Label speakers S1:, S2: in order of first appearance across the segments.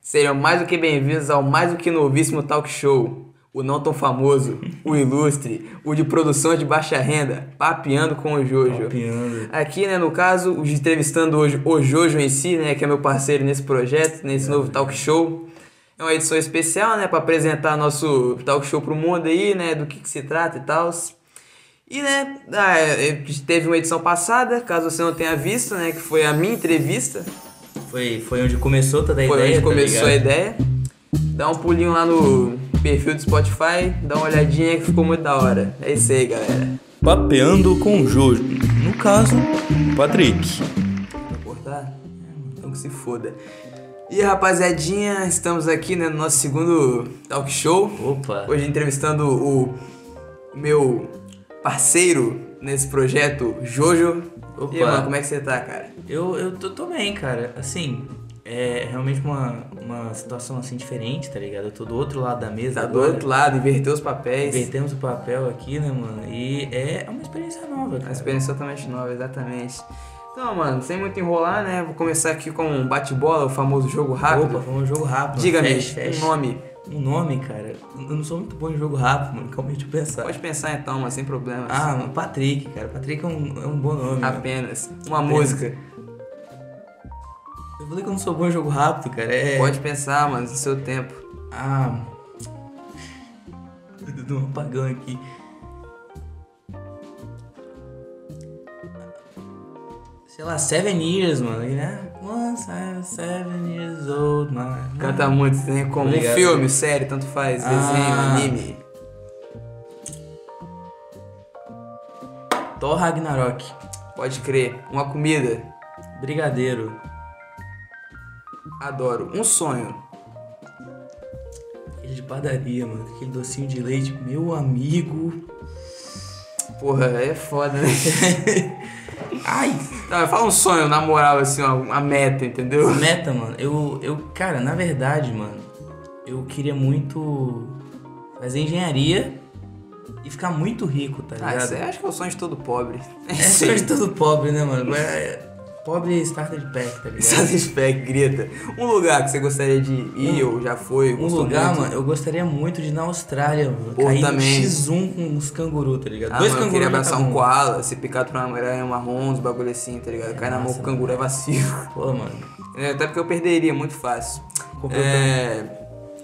S1: Sejam mais do que bem-vindos ao mais do que novíssimo talk show. O não tão famoso, o ilustre, o de produção de baixa renda, papeando com o Jojo.
S2: Papeando.
S1: Aqui, né, no caso, os entrevistando hoje o Jojo em si, né, que é meu parceiro nesse projeto, nesse novo talk show. É uma edição especial, né, para apresentar nosso talk show pro mundo aí, né, do que, que se trata e tal. E, né, ah, é, teve uma edição passada, caso você não tenha visto, né, que foi a minha entrevista.
S2: Foi, foi onde começou toda a
S1: Foi
S2: ideia.
S1: onde
S2: tá
S1: começou a
S2: ligado?
S1: ideia. Dá um pulinho lá no perfil do Spotify, dá uma olhadinha que ficou muito da hora. É isso aí, galera.
S3: Papeando com o Jojo. No caso, o Patrick.
S1: Vou cortar? Tá Então que se foda. E rapaziadinha, estamos aqui né, no nosso segundo talk show.
S2: Opa.
S1: Hoje entrevistando o meu parceiro nesse projeto, Jojo.
S2: Opa.
S1: E aí, mano, como é que você tá, cara?
S2: Eu, eu tô, tô bem, cara. Assim, é realmente uma, uma situação assim diferente, tá ligado? Eu tô do outro lado da mesa.
S1: Tá do
S2: agora.
S1: outro lado, inverteu os papéis.
S2: Invertemos o papel aqui, né, mano? E é uma experiência nova,
S1: Uma
S2: cara.
S1: experiência é totalmente nova, exatamente. Então, mano, sem muito enrolar, né? Vou começar aqui com um bate-bola, o famoso jogo rápido.
S2: Opa, foi um jogo rápido.
S1: Diga-me,
S2: fecha, fecha.
S1: um nome.
S2: Um nome, cara. Eu não sou muito bom em jogo rápido, mano. Calma aí, deixa eu pensar.
S1: Pode pensar então, mas sem problemas.
S2: Ah, mano, Patrick, cara. Patrick é um, é um bom nome.
S1: Ah.
S2: mano.
S1: apenas. Uma
S2: Apenas.
S1: música.
S2: Eu falei que eu não sou bom em jogo rápido, cara. É.
S1: Pode pensar, mano, no seu tempo.
S2: Ah. Eu dou um apagão aqui. Sei lá, Seven Years, mano. Né? Once I'm seven years old, mano.
S1: Canta muito, né? Como um
S2: Ah. Obrigado.
S1: filme, série, tanto faz,
S2: Ah.
S1: desenho, anime.
S2: Thor Ragnarok.
S1: Pode crer. Uma comida.
S2: Brigadeiro.
S1: Adoro. Um sonho.
S2: Aquele de padaria, mano. Aquele docinho de leite. Meu amigo.
S1: Porra, é foda, né?
S2: Ai!
S1: Tá, fala um sonho, na moral, assim, ó, uma meta, entendeu?
S2: Meta, mano. Eu, eu. Cara, na verdade, mano. Eu queria muito. Fazer engenharia. E ficar muito rico, tá
S1: Ah,
S2: ligado?
S1: isso aí acho que é o sonho de todo pobre. É
S2: É
S1: isso aí.
S2: sonho de todo pobre, né, mano? Agora, é- Pobre é starter de pack, tá ligado?
S1: Satisfac, grita. Um lugar que você gostaria de ir ou já foi?
S2: Um
S1: gostou
S2: lugar,
S1: muito?
S2: mano, eu gostaria muito de ir na Austrália, mano.
S1: Pô,
S2: Cair no
S1: também.
S2: X1 com uns canguru, tá ligado?
S1: Ah,
S2: Dois
S1: mano, eu
S2: cangurus
S1: queria
S2: já tá
S1: abraçar um
S2: bom.
S1: koala, ser picado por uma aranha marrom, uns bagulho assim, tá ligado? Cai na mão
S2: massa,
S1: com o canguru é vacilo.
S2: Pô, mano.
S1: É, Até porque eu perderia, muito fácil.
S2: Completamente.
S1: É...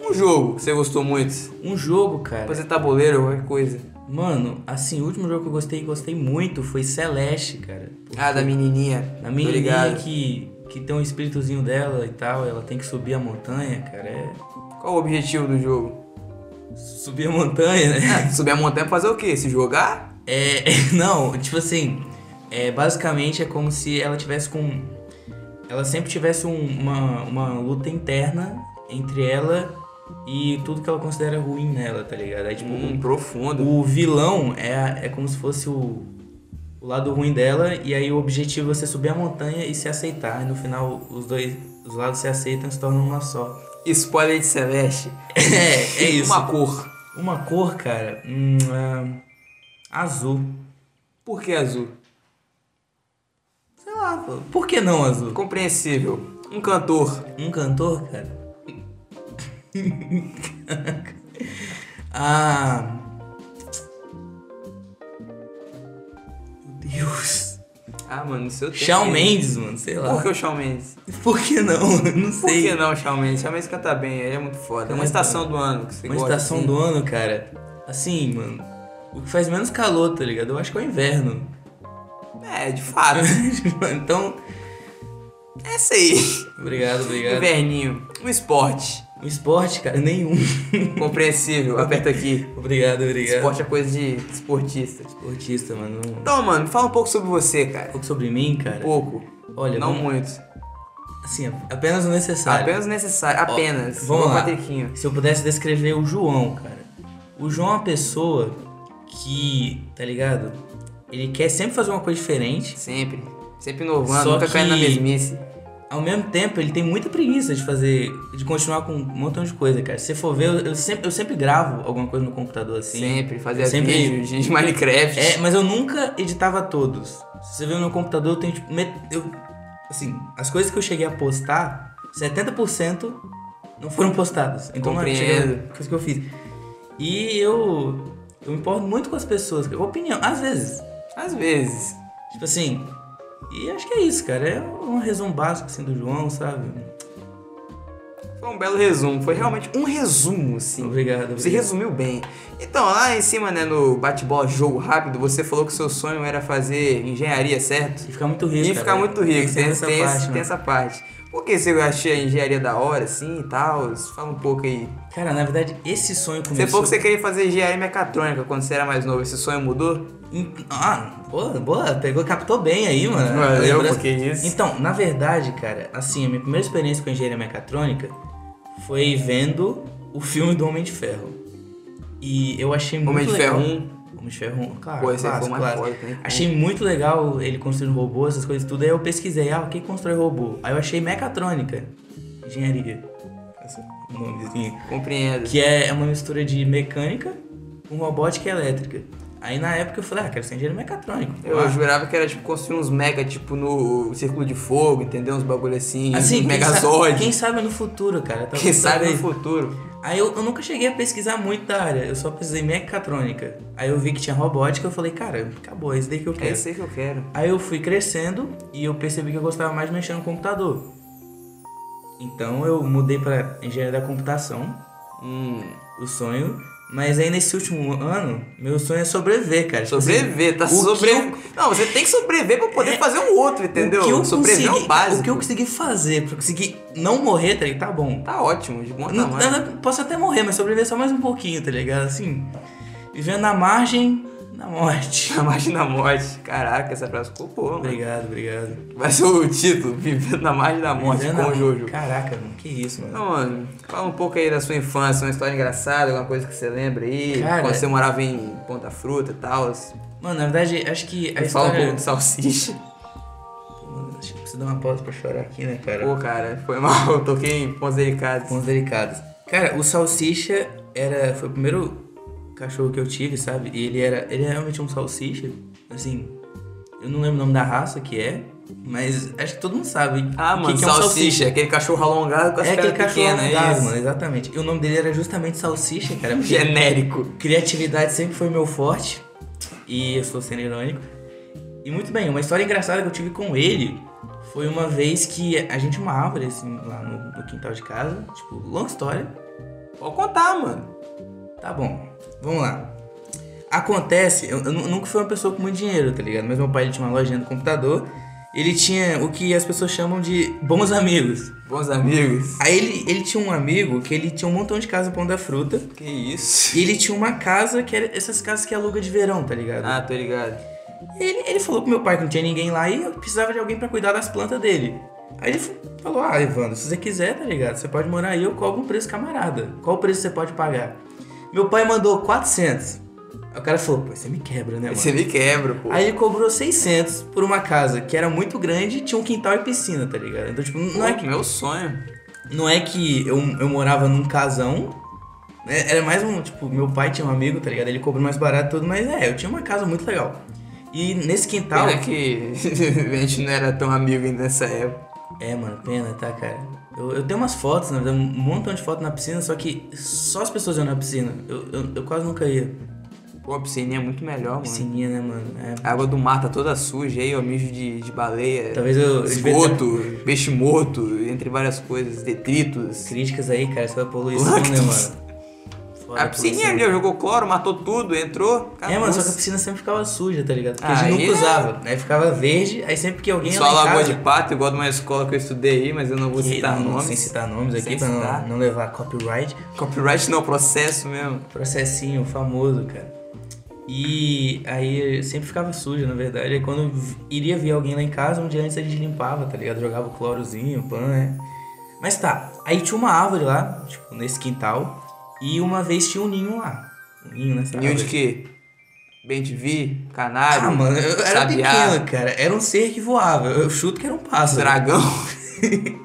S1: Um jogo que você gostou muito.
S2: Um jogo, cara.
S1: Pode ser tabuleiro, qualquer coisa.
S2: Mano, assim, o último jogo que eu gostei, gostei muito, foi Celeste, cara.
S1: Ah, da menininha.
S2: Na
S1: Tô
S2: minha
S1: ligado.
S2: linha que, que tem um espíritozinho dela e tal, ela tem que subir a montanha, cara. É.
S1: Qual o objetivo do jogo?
S2: Subir a montanha, né?
S1: Ah, subir a montanha pra fazer o quê? Se jogar?
S2: É, não, tipo assim, é, basicamente é como se ela tivesse com. Ela sempre tivesse um- uma, uma luta interna entre ela e tudo que ela considera ruim nela, tá ligado? Aí, tipo,
S1: Hum, profundo.
S2: o vilão é, a- é como se fosse o, o lado ruim dela, e aí o objetivo é você subir a montanha e se aceitar. E no final, os dois os lados se aceitam e se tornam uma só.
S1: Spoiler de Celeste.
S2: É, é isso. Uma,
S1: Uma cor.
S2: cor, cara, hum, é, azul.
S1: Por que azul?
S2: Sei lá, pô. Por que não azul?
S1: Compreensível. Um cantor.
S2: Um cantor, cara? ah. Meu Deus.
S1: Ah, mano, no seu tempo.
S2: Shawn
S1: aí.
S2: Mendes, mano, sei lá.
S1: Por que o Shawn Mendes?
S2: Por que não? Eu Não
S1: Por que
S2: sei.
S1: não o Shawn Mendes? Shawn Mendes canta bem, ele é muito foda. É uma
S2: Canta.
S1: estação do ano que você
S2: Uma
S1: gosta.
S2: estação
S1: assim.
S2: do ano, cara. Assim, mano. O que faz menos calor, tá ligado? Eu acho que é o inverno.
S1: É, de fato.
S2: então,
S1: É isso aí.
S2: obrigado, obrigado.
S1: Inverninho. Um esporte.
S2: Um esporte, cara, nenhum.
S1: Compreensível. Aperta aqui.
S2: obrigado, obrigado.
S1: Esporte é coisa de esportista.
S2: Esportista, mano. Um
S1: Então, mano, fala um pouco sobre você, cara.
S2: pouco sobre mim, cara.
S1: Um pouco.
S2: Olha,
S1: Não
S2: vamos-
S1: muito.
S2: assim, apenas o necessário.
S1: Apenas necessário.
S2: Ó,
S1: Apenas.
S2: vamos
S1: Igual
S2: lá.
S1: Patriquinho.
S2: Se eu pudesse descrever o João, cara. O João é uma pessoa que, tá ligado? Ele quer sempre fazer uma coisa diferente.
S1: Sempre. Sempre inovando,
S2: Só
S1: nunca caindo na
S2: que-
S1: mesmice.
S2: Ao mesmo tempo, ele tem muita preguiça de fazer, de continuar com um montão de coisa, cara. Se você for ver, eu, eu sempre, eu sempre gravo alguma coisa no computador assim.
S1: Sempre. Fazer
S2: Sempre-
S1: vídeos de Minecraft.
S2: É, mas eu nunca editava todos. Se você ver no meu computador, eu tenho tipo. met- Eu, assim, as coisas que eu cheguei a postar, 70% não foram postadas. Então não
S1: Compreendo.
S2: coisa que eu fiz. E eu, eu me importo muito com as pessoas, com a opinião, às vezes.
S1: Às vezes.
S2: Tipo assim, e acho que é isso, cara. É um resumo básico assim do João, sabe?
S1: Foi um belo resumo, foi realmente um resumo, assim.
S2: Obrigado.
S1: Você
S2: obrigado.
S1: resumiu bem. Então, lá em cima, né, no bate-bola jogo rápido, você falou que seu sonho era fazer engenharia, certo?
S2: E ficar muito rico.
S1: E
S2: cara.
S1: ficar muito rico, tem,
S2: essa
S1: tem,
S2: parte,
S1: esse- tem
S2: mano.
S1: essa parte. Por que você achou a engenharia da hora, assim, e tal? Fala um pouco aí.
S2: Cara, na verdade, esse sonho começou...
S1: Você falou que você queria fazer engenharia mecatrônica quando você era mais novo. Esse sonho mudou?
S2: Em- Ah, boa, boa, pegou, captou bem aí, mano.
S1: Valeu,
S2: Lembrança.
S1: porque isso-
S2: Então, na verdade, cara, assim, a minha primeira experiência com engenharia mecatrônica foi vendo o filme do Homem de Ferro. E eu achei muito
S1: Homem de
S2: legal.
S1: Ferro 1.
S2: Homem de Ferro 1, claro.
S1: Pô, esse aí
S2: clássico,
S1: foi mais
S2: Ah, clássico.
S1: forte, né?
S2: Achei muito legal ele construindo robô, essas coisas tudo. Aí eu pesquisei, ah, o que constrói robô? Aí eu achei mecatrônica, engenharia. Esse é o nomezinho.
S1: Compreendo.
S2: Que é é uma mistura de mecânica com robótica e elétrica. Aí na época eu falei, ah, quero ser engenheiro mecatrônico.
S1: Eu
S2: Ah,
S1: jurava que era tipo construir uns mega, tipo no Círculo de Fogo, entendeu? Uns bagulho assim,
S2: Assim,
S1: uns
S2: quem
S1: megazord.
S2: sabe, quem sabe no futuro, cara. Talvez-
S1: Quem sabe no
S2: talvez.
S1: futuro.
S2: Aí eu, eu nunca cheguei a pesquisar muito da área, eu só pesquisei mecatrônica. Aí eu vi que tinha robótica, eu falei, cara, acabou, é isso daí que eu
S1: É
S2: quero.
S1: isso aí que eu quero.
S2: Aí eu fui crescendo e eu percebi que eu gostava mais de mexer no computador. Então eu mudei pra engenharia da computação, um,
S1: Hum,
S2: o sonho. Mas aí nesse último ano, meu sonho é sobreviver, cara. Tipo assim,
S1: sobreviver, tá
S2: o que
S1: sobre.
S2: eu- É,
S1: Não, você tem que sobreviver pra poder fazer um outro, entendeu?
S2: O que eu
S1: sobreviver é
S2: consegui,
S1: o básico.
S2: O que eu consegui fazer pra conseguir não morrer, tá ligado? Tá bom.
S1: Tá ótimo, de bom é.
S2: Não,
S1: tamanho.
S2: eu posso até morrer, mas sobreviver só mais um pouquinho, tá ligado? Assim, vivendo na margem, na morte.
S1: Na margem da morte. Caraca, essa frase ficou boa, mano.
S2: Obrigado, obrigado.
S1: Vai ser o título, Vivendo na margem da morte
S2: Vivendo
S1: com
S2: na-
S1: o Jojo.
S2: Caraca, mano, que isso, mano.
S1: Então, mano, fala um pouco aí da sua infância, uma história engraçada, alguma coisa que você lembra aí,
S2: Cara.
S1: quando você morava em Ponta Fruta e tal. Fala
S2: Mano, na verdade, acho que a
S1: um
S2: história...
S1: pouco de salsicha.
S2: Mano, Acho que preciso dar uma pausa pra chorar aqui, né, cara?
S1: Pô, cara, foi mal, eu toquei em Ponta Delicada.
S2: Pontos delicados. Cara, o Salsicha era. Foi o primeiro cachorro que eu tive, sabe? E ele era. Ele era realmente um salsicha. Assim. Eu não lembro o nome da raça que é, mas acho que todo mundo sabe.
S1: Ah,
S2: o
S1: mano,
S2: que que é um
S1: salsicha, aquele cachorro alongado com as
S2: É aquele
S1: pernas
S2: cachorro
S1: pequenas, é
S2: alongado,
S1: isso?
S2: mano, exatamente. E o nome dele era justamente Salsicha, cara. porque
S1: Genérico.
S2: Criatividade sempre foi meu forte. E eu estou sendo irônico. E muito bem, uma história engraçada que eu tive com ele foi uma vez que a gente tinha uma árvore, assim, lá no, no quintal de casa. Tipo, longa história.
S1: Pode contar, mano.
S2: Tá bom, vamos lá. Acontece, eu, eu nu- nunca fui uma pessoa com muito dinheiro, tá ligado? Mas meu pai ele tinha uma lojinha do computador. Ele tinha o que as pessoas chamam de bons amigos.
S1: Bons amigos.
S2: Aí ele, ele tinha um amigo que ele tinha um montão de casa em Pão da Fruta.
S1: Que isso?
S2: E ele tinha uma casa que era essas casas que aluga de verão, tá ligado?
S1: Ah, tô ligado.
S2: É, Ele, ele falou pro meu pai que não tinha ninguém lá e eu precisava de alguém pra cuidar das plantas dele. Aí ele f- falou: Ah, Evandro, se você quiser, tá ligado? Você pode morar aí, eu cobro um preço, camarada. Qual o preço você pode pagar? Meu pai mandou 400. Aí o cara falou: Pô, você me quebra, né, mano?
S1: Você me quebra, pô.
S2: Aí ele cobrou 600 por uma casa que era muito grande, tinha um quintal e piscina, tá ligado? Então, tipo,
S1: Pô,
S2: não é que,
S1: Meu sonho.
S2: não é que eu, eu morava num casão. né? Era mais um, tipo, meu pai tinha um amigo, tá ligado? Ele cobrou mais barato e tudo, mas é, eu tinha uma casa muito legal. E nesse quintal.
S1: Pena É que a gente não era tão amigo ainda nessa época.
S2: É, mano, pena, tá, cara? Eu, eu tenho umas fotos, na verdade, um montão de fotos na piscina, só que só as pessoas iam na piscina. Eu, eu, eu quase nunca ia.
S1: Tá Pô, a piscininha é muito melhor, mano.
S2: Piscininha, né, mano? É.
S1: A água do mar tá toda suja aí, ó, mijo de, de baleia,
S2: Talvez eu. eu devia ter
S1: esgoto, peixe morto, entre várias coisas, detritos.
S2: Críticas aí, cara, sobre a poluição, né,
S1: Lactos.
S2: mano? Foda
S1: A piscininha ali, ó, jogou cloro, matou tudo, entrou.
S2: É, mano, só que a piscina sempre ficava suja, tá ligado? Porque a
S1: Aí
S2: gente
S1: é.
S2: nunca usava. Aí ficava verde, aí sempre que alguém ia
S1: Só
S2: lá em
S1: lagoa
S2: casa-
S1: de pato, igual de uma escola que eu estudei aí, mas eu não vou
S2: Que-
S1: citar
S2: não, Sem
S1: nomes.
S2: citar nomes aqui,
S1: Sem
S2: pra
S1: citar.
S2: não, não levar copyright.
S1: Copyright não, processo mesmo.
S2: processinho famoso, cara. E aí eu sempre ficava sujo, na verdade. Aí quando v- iria ver alguém lá em casa, um dia antes a gente limpava, tá ligado? Jogava o clorozinho, pan, né? Mas tá, aí tinha uma árvore lá, tipo, nesse quintal, e uma vez tinha um ninho lá. Um ninho nessa
S1: Ninho de
S2: árvore.
S1: quê? Bem de vi,
S2: Ah,
S1: canário,
S2: mano, eu era
S1: sabiá,
S2: pequeno, cara. Era um ser que voava. Eu chuto que era um pássaro.
S1: dragão.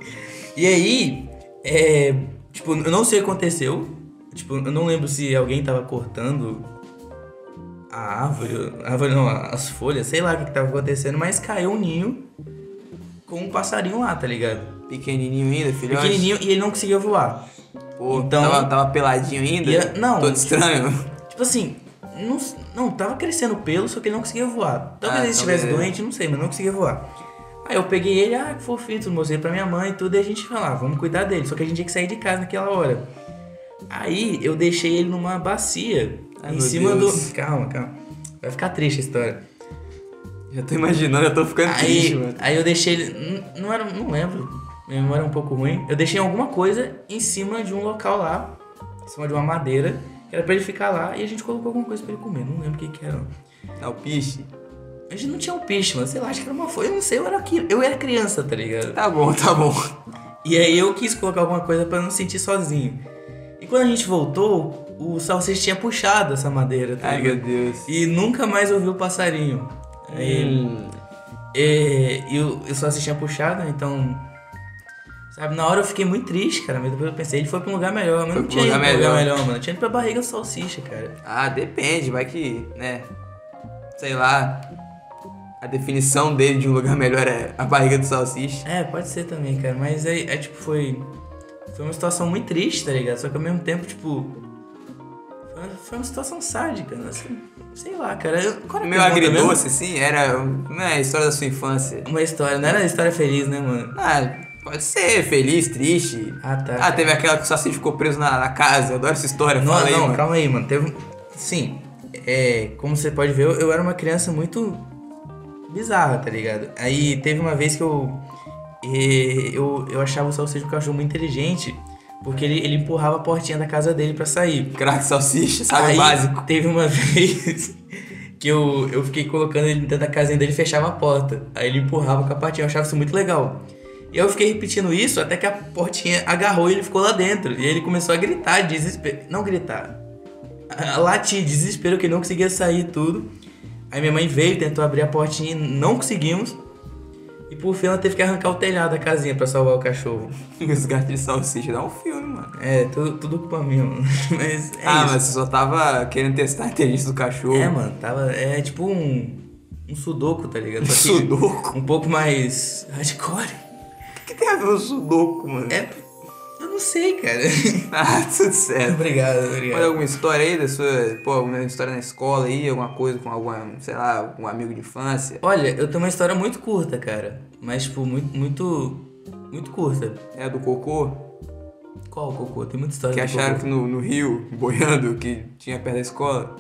S2: E aí, é, tipo, eu não sei o que aconteceu. Tipo, eu não lembro se alguém tava cortando a árvore, a árvore não, as folhas, sei lá o que, que tava acontecendo, mas caiu um ninho com um passarinho lá, tá ligado?
S1: Pequenininho ainda, filhote.
S2: Pequenininho e ele não conseguia voar.
S1: Pô,
S2: Então-
S1: tava, tava peladinho ainda?
S2: E a- não,
S1: Todo
S2: tipo-
S1: estranho.
S2: Tipo assim, não, não, tava crescendo pelo, só que ele não conseguia voar. Talvez
S1: Ah,
S2: ele estivesse
S1: talvez.
S2: doente, não sei, mas não conseguia voar. Aí eu peguei ele, ah, que fofinho, tudo, mostrei pra minha mãe e tudo, e a gente falava, vamos cuidar dele, só que a gente tinha que sair de casa naquela hora. Aí eu deixei ele numa bacia,
S1: Ai,
S2: em
S1: meu
S2: cima
S1: Deus.
S2: do. Calma, calma. Vai ficar triste a história.
S1: Já tô imaginando, eu tô ficando triste,
S2: Aí,
S1: mano.
S2: aí eu deixei ele. n- Não, era, não lembro. Minha memória é um pouco ruim. Eu deixei alguma coisa em cima de um local lá, em cima de uma madeira, que era pra ele ficar lá, e a gente colocou alguma coisa pra ele comer. Não lembro o que, que era.
S1: É o piche.
S2: A gente não tinha um peixe, mano. Sei lá, acho que era uma folha, eu não sei, eu era, aqui, eu era criança, tá ligado?
S1: Tá bom, tá bom.
S2: E aí eu quis colocar alguma coisa pra não sentir sozinho. E quando a gente voltou, o salsicha tinha puxado essa madeira, tá
S1: Ai,
S2: ligado?
S1: meu Deus.
S2: E nunca mais ouviu o passarinho. Aí
S1: Hum,
S2: É, eu, eu só assistia puxado, então. Sabe, na hora eu fiquei muito triste, cara, mas depois eu pensei, ele foi pra um lugar melhor, mas
S1: Foi pra
S2: não
S1: um
S2: tinha ido
S1: lugar
S2: pra um lugar
S1: melhor.
S2: melhor, mano. Tinha ido pra barriga do salsicha, cara.
S1: Ah, depende, vai que, né? Sei lá. A definição dele de um lugar melhor é a barriga do salsicha.
S2: É, pode ser também, cara, mas aí, é tipo, foi. Foi uma situação muito triste, tá ligado? Só que ao mesmo tempo, tipo. Foi, foi uma situação sádica, né? Sei- sei lá, cara. Eu, qual era a
S1: Meio
S2: pergunta mesmo?
S1: agridoce, assim, era não é, a história da sua infância.
S2: Uma história, não era uma história feliz, né, mano?
S1: Ah, pode ser, feliz, triste.
S2: Ah, tá.
S1: Ah, teve aquela que o Saci ficou preso na, na casa. Eu adoro essa história,
S2: Não,
S1: fala aí,
S2: não,
S1: mano.
S2: calma aí, mano. Teve. um- Sim, é, como você pode ver, eu, eu era uma criança muito bizarra, tá ligado? Aí teve uma vez que eu. eh, Eu, eu achava o Salsicha um cachorro muito inteligente, porque ele, ele empurrava a portinha da casa dele pra sair.
S1: Crack salsicha, sabe
S2: Aí,
S1: o básico.
S2: Teve uma vez que eu, eu fiquei colocando ele dentro da casinha dele e fechava a porta. Aí ele empurrava com a portinha, eu achava isso muito legal. E eu fiquei repetindo isso até que a portinha agarrou e ele ficou lá dentro. E ele começou a gritar, de desespero. Não gritar. a- a Latir, de desespero, que ele não conseguia sair e tudo. Aí minha mãe veio, tentou abrir a portinha e não conseguimos. E por fim ela teve que arrancar o telhado da casinha pra salvar o cachorro.
S1: Os gatos de salsicha, dá um filme, mano.
S2: É, tudo, tudo culpa minha, mano. Mas é
S1: ah,
S2: isso.
S1: mas você só tava querendo testar a inteligência do cachorro.
S2: É, mano, tava. É tipo um. Um sudoku, tá ligado?
S1: Um
S2: Só que
S1: sudoku?
S2: Um pouco mais. hardcore.
S1: O que tem a ver o sudoku, mano?
S2: É. Eu não sei, cara.
S1: Ah, tudo certo.
S2: obrigado,
S1: Olha
S2: obrigado.
S1: alguma história aí da sua. Pô, alguma história na escola aí, alguma coisa com algum, sei lá, algum amigo de infância.
S2: Olha, eu tenho uma história muito curta, cara. Mas, tipo, muito. Muito, muito curta.
S1: É, do cocô.
S2: Qual, Cocô? Tem muita história
S1: Que
S2: do
S1: acharam
S2: Cocô.
S1: que no, no rio, boiando, que tinha perto da escola.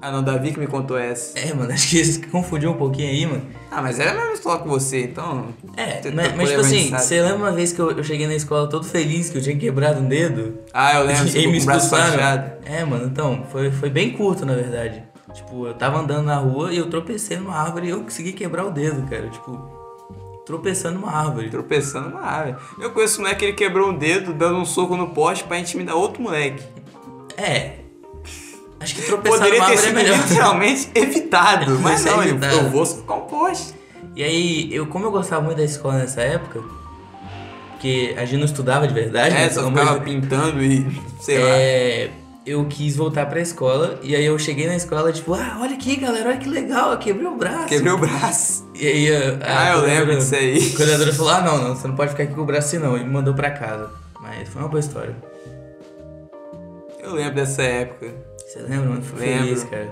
S1: Ah, não, Davi que me contou essa.
S2: É, mano, acho que isso confundiu um pouquinho aí, mano.
S1: Ah, mas era a mesma história com você, então.
S2: É,
S1: Você
S2: mas,
S1: tá
S2: mas tipo assim,
S1: problematizado.
S2: você lembra uma vez que eu, eu cheguei na escola todo feliz que eu tinha quebrado um dedo?
S1: Ah, eu lembro, você
S2: e
S1: ficou
S2: me
S1: com o braço
S2: expulsaram.
S1: fachado.
S2: É, mano, então, foi, foi bem curto, na verdade. Tipo, eu tava andando na rua e eu tropecei numa árvore e eu consegui quebrar o dedo, cara. Tipo, tropeçando numa árvore.
S1: Tropeçando na árvore. Eu conheço um moleque que ele quebrou um dedo dando um soco no poste pra intimidar outro moleque.
S2: É. Acho que tropeçar
S1: Poderia
S2: numa
S1: ter
S2: árvore é
S1: sido
S2: melhor.
S1: literalmente evitado, mas
S2: Isso é
S1: não, ele-
S2: evitado.
S1: eu vou socar um poste.
S2: E aí, eu, como eu gostava muito da escola nessa época, porque a gente não estudava de verdade, né,
S1: É, só
S2: pelo amor de
S1: ficava pintando e sei lá.
S2: É, eu quis voltar pra escola e aí eu cheguei na escola, tipo, ah, olha aqui, galera, olha que legal, eu quebrei o braço.
S1: Quebrei o braço.
S2: E aí a,
S1: Ah, eu lembro
S2: coordenadora-
S1: disso aí.
S2: A coordenadora falou, ah, não, não, você não pode ficar aqui com o braço assim, não. E me mandou pra casa. Mas foi uma boa história.
S1: Eu lembro dessa época.
S2: Você lembra, mano? Fico
S1: Lembro.
S2: feliz, cara.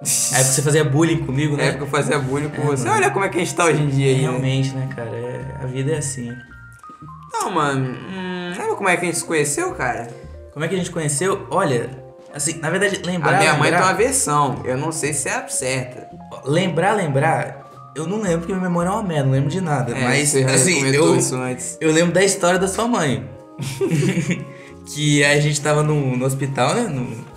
S2: A época que você fazia bullying comigo,
S1: Na
S2: né?
S1: época eu fazia bullying com
S2: É,
S1: você.
S2: mano.
S1: Olha como é que a gente tá hoje em dia aí. né?
S2: Realmente, né, cara? É- a vida é assim.
S1: Não, mano. Hum, lembra como é que a gente se conheceu, cara?
S2: Como é que a gente conheceu? Olha, assim, na verdade, lembrar...
S1: a minha mãe tem
S2: lembrar,
S1: uma versão. Eu não sei se é a certa.
S2: Lembrar, lembrar... Eu não lembro, porque minha memória é uma merda, não lembro de nada.
S1: É,
S2: mas,
S1: você já
S2: assim,
S1: comentou
S2: eu,
S1: isso antes.
S2: Eu lembro da história da sua mãe. que a gente tava no, no hospital, né? No,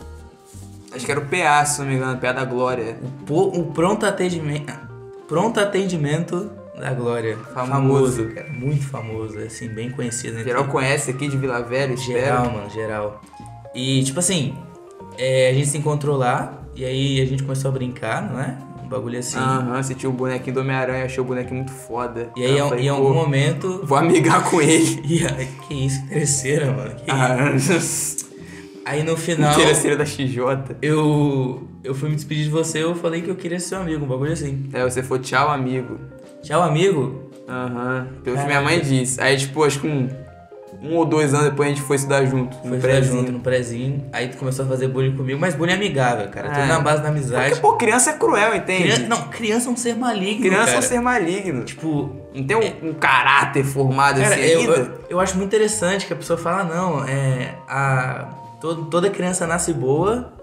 S1: Acho que era o PA, se não me engano, PA da Glória.
S2: po- o pronto atendimento. Pronto atendimento da Glória.
S1: Famoso.
S2: cara. Muito famoso, assim, bem conhecido. entre-
S1: Geral conhece aqui de Vila Velha,
S2: geral,
S1: espero.
S2: mano, geral. E tipo assim, é, a gente se encontrou lá e aí a gente começou a brincar, não é? Um bagulho assim.
S1: Aham, você tinha o bonequinho do Homem-Aranha, achei o bonequinho muito foda.
S2: E aí
S1: eu
S2: em-
S1: falei,
S2: em
S1: pô,
S2: algum momento.
S1: Vou amigar com ele.
S2: E aí, que isso, terceira, mano. que isso.
S1: Ah,
S2: Aí no final.
S1: interesseira da XJ.
S2: eu, eu fui me despedir de você, eu falei que eu queria ser seu amigo, um bagulho assim.
S1: É, você foi tchau, amigo.
S2: Tchau, amigo.
S1: Aham, pelo que
S2: Caraca.
S1: minha mãe diz. Aí, tipo, acho que um um ou dois anos depois a gente foi estudar junto.
S2: Foi estudar junto no prezinho. Aí tu começou a fazer bullying comigo, mas bullying amigável, cara. Tudo
S1: É.
S2: na base da
S1: Porque,
S2: amizade.
S1: pô, criança é cruel, entende?
S2: Criança, não, criança é um ser maligno,
S1: Criança é um
S2: cara.
S1: ser maligno.
S2: Tipo,
S1: Não tem um, um caráter formado
S2: Cara,
S1: assim
S2: eu,
S1: ainda.
S2: eu, eu acho muito interessante que a pessoa fala, não, é. A, todo, toda criança nasce boa.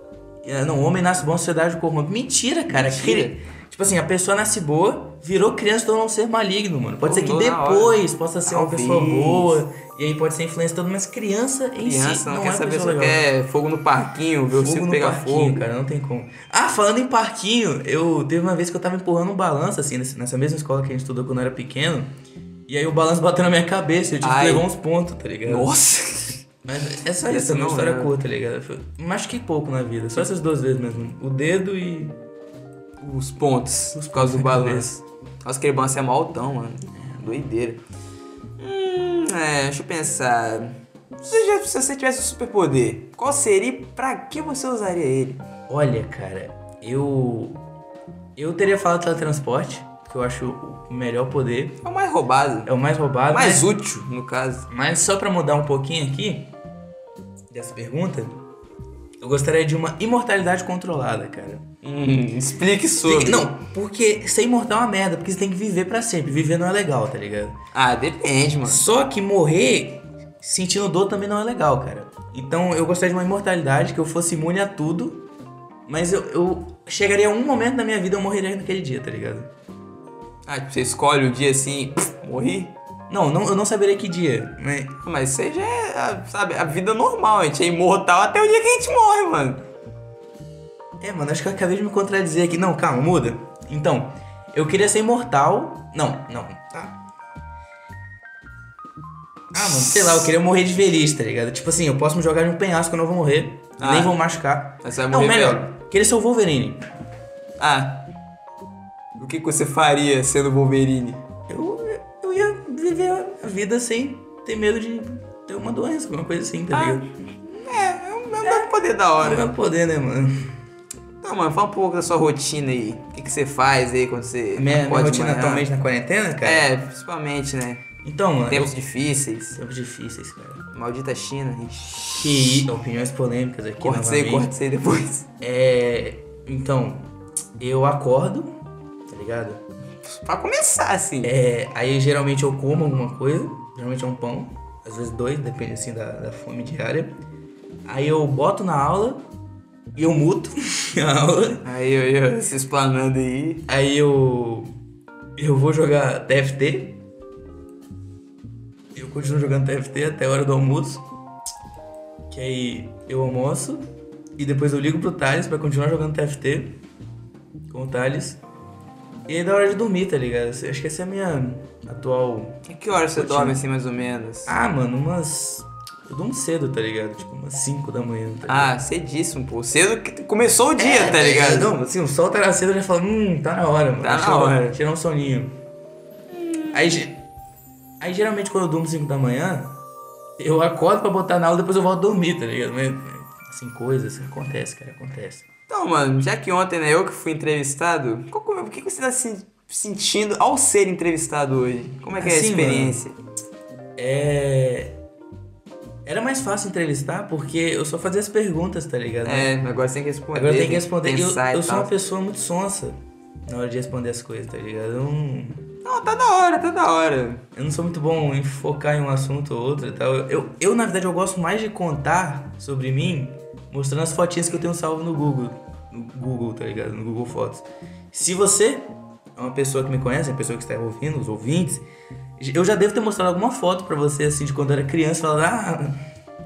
S2: é, Não, homem nasce bom, a sociedade corrompe. Mentira, cara.
S1: Mentira.
S2: Cri- Tipo assim, a pessoa nasce boa, virou criança e tornou um ser maligno, mano. Pode ser que
S1: Tornou na hora.
S2: depois possa ser uma
S1: Talvez.
S2: pessoa boa, e aí pode ser influência toda, mas criança em si
S1: criança
S2: não,
S1: não,
S2: é
S1: quer
S2: uma
S1: saber,
S2: pessoa
S1: só
S2: legal.
S1: quer fogo no parquinho, ver o
S2: Fogo
S1: circo
S2: no
S1: pegar
S2: parquinho,
S1: fogo.
S2: cara, não tem como. Ah, falando em parquinho, eu teve uma vez que eu tava empurrando um balanço, assim, nesse- nessa mesma escola que a gente estudou quando eu era pequeno. E aí o balanço bateu na minha cabeça, eu tive
S1: Ai.
S2: que levar uns pontos, tá ligado?
S1: Nossa!
S2: Mas é só
S1: Essa
S2: isso, é uma
S1: não
S2: história
S1: é.
S2: curta, tá ligado? Foi- Machuquei pouco na vida, só essas duas vezes mesmo. O dedo e.
S1: Os pontos,
S2: Os
S1: por causa do
S2: pontos na
S1: balanço. Nossa, aquele balanço é maltão, mano. É, doideira. Hum, é, deixa eu pensar. Se você, se você tivesse um superpoder, qual seria e pra que você usaria ele?
S2: Olha, cara, eu. Eu teria falado teletransporte, que eu acho o melhor poder.
S1: É o mais roubado.
S2: É o mais roubado.
S1: mais
S2: mas-
S1: útil, no caso.
S2: Mas só pra mudar um pouquinho aqui dessa pergunta, eu gostaria de uma imortalidade controlada, cara.
S1: Hum, explique sobre.
S2: Não, porque ser imortal é uma merda, porque você tem que viver pra sempre. Viver não é legal, tá ligado?
S1: Ah, depende, mano.
S2: Só que morrer sentindo dor também não é legal, cara. Então eu gostaria de uma imortalidade que eu fosse imune a tudo, mas eu, eu chegaria a um momento da minha vida eu morreria naquele dia, tá ligado?
S1: Ah, tipo, você escolhe o dia assim, pff, morri.
S2: Não, não eu não saberia que dia, né? mas
S1: Mas isso aí já é, a- sabe, a vida normal, a gente é imortal até o dia que a gente morre, mano.
S2: É, mano, acho que eu acabei de me contradizer aqui. Não, calma, muda. Então, eu queria ser imortal. Não, não. Ah, Ah, mano, sei lá, eu queria morrer de velhice, tá ligado? Tipo assim, eu posso me jogar de um penhasco, eu não vou morrer.
S1: Ah.
S2: Nem vou machucar.
S1: Mas você vai
S2: não,
S1: morrer
S2: melhor.
S1: velho.
S2: Queria ser o Wolverine.
S1: Ah, o que, que você faria sendo Wolverine?
S2: Eu, eu ia viver a vida sem ter medo de ter uma doença, alguma coisa assim,
S1: Ah,
S2: tá ligado?
S1: É, é um é. poder da
S2: não
S1: hora.
S2: vai poder, né, mano?
S1: Então, mano, fala um pouco da sua rotina aí. O que, que você faz aí quando você
S2: Minha, minha
S1: não pode
S2: rotina
S1: malhar?
S2: atualmente na quarentena, cara?
S1: É, um principalmente, né?
S2: Então, mano.
S1: Tempos difíceis.
S2: eu- Tempos difíceis, cara.
S1: Maldita China. Ixi.
S2: Que i- opiniões polêmicas aqui.
S1: Corta isso aí,
S2: novamente.
S1: corta isso aí depois.
S2: É. Então, eu acordo, tá ligado?
S1: Pra começar, assim.
S2: É, aí geralmente eu como alguma coisa, geralmente é um pão, às vezes dois, depende assim da, da fome diária. Aí eu boto na aula e eu muto a aula.
S1: Aí, eu, eu se explanando aí.
S2: Aí eu. Eu vou jogar TFT. Eu continuo jogando TFT até a hora do almoço. Que aí eu almoço. E depois eu ligo pro Thales pra continuar jogando TFT. Com o Thales. E aí da hora de dormir, tá ligado? Acho que essa é a minha atual.
S1: E que hora você
S2: Rotina.
S1: dorme, assim, mais ou menos?
S2: Ah, mano, umas. Eu durmo cedo, tá ligado? Tipo, umas 5 da manhã, tá ligado?
S1: Ah, cedíssimo, pô. Cedo que começou o dia,
S2: É,
S1: tá ligado?
S2: Não, assim, o sol tá nascendo, eu já falo, hum, tá na hora, mano.
S1: Tá
S2: Deixa
S1: na
S2: eu
S1: hora.
S2: Tirar um soninho. Aí, ge- aí geralmente quando eu durmo 5 da manhã, eu acordo pra botar na aula, depois eu volto a dormir, tá ligado? Mas, assim, coisas, acontece, cara, acontece.
S1: Então, mano, já que ontem, né, eu que fui entrevistado, qual que- o que que você tá se sentindo ao ser entrevistado hoje? Como é que é a
S2: Assim,
S1: experiência?
S2: É... Era mais fácil entrevistar porque eu só fazia as perguntas, tá ligado?
S1: É, agora você tem que responder.
S2: Agora tem que
S1: tem
S2: responder. E Eu,
S1: pensar e
S2: eu sou uma
S1: tal.
S2: pessoa muito sonsa na hora de responder as coisas, tá ligado? Eu não,
S1: Não, tá da hora, tá da hora.
S2: eu não sou muito bom em focar em um assunto ou outro e tal. Eu, eu, na verdade, eu gosto mais de contar sobre mim mostrando as fotinhas que eu tenho salvo no Google. No Google, tá ligado? No Google Fotos. Se você é uma pessoa que me conhece, a pessoa que está ouvindo, os ouvintes, eu já devo ter mostrado alguma foto pra você, assim, de quando eu era criança, falando, ah,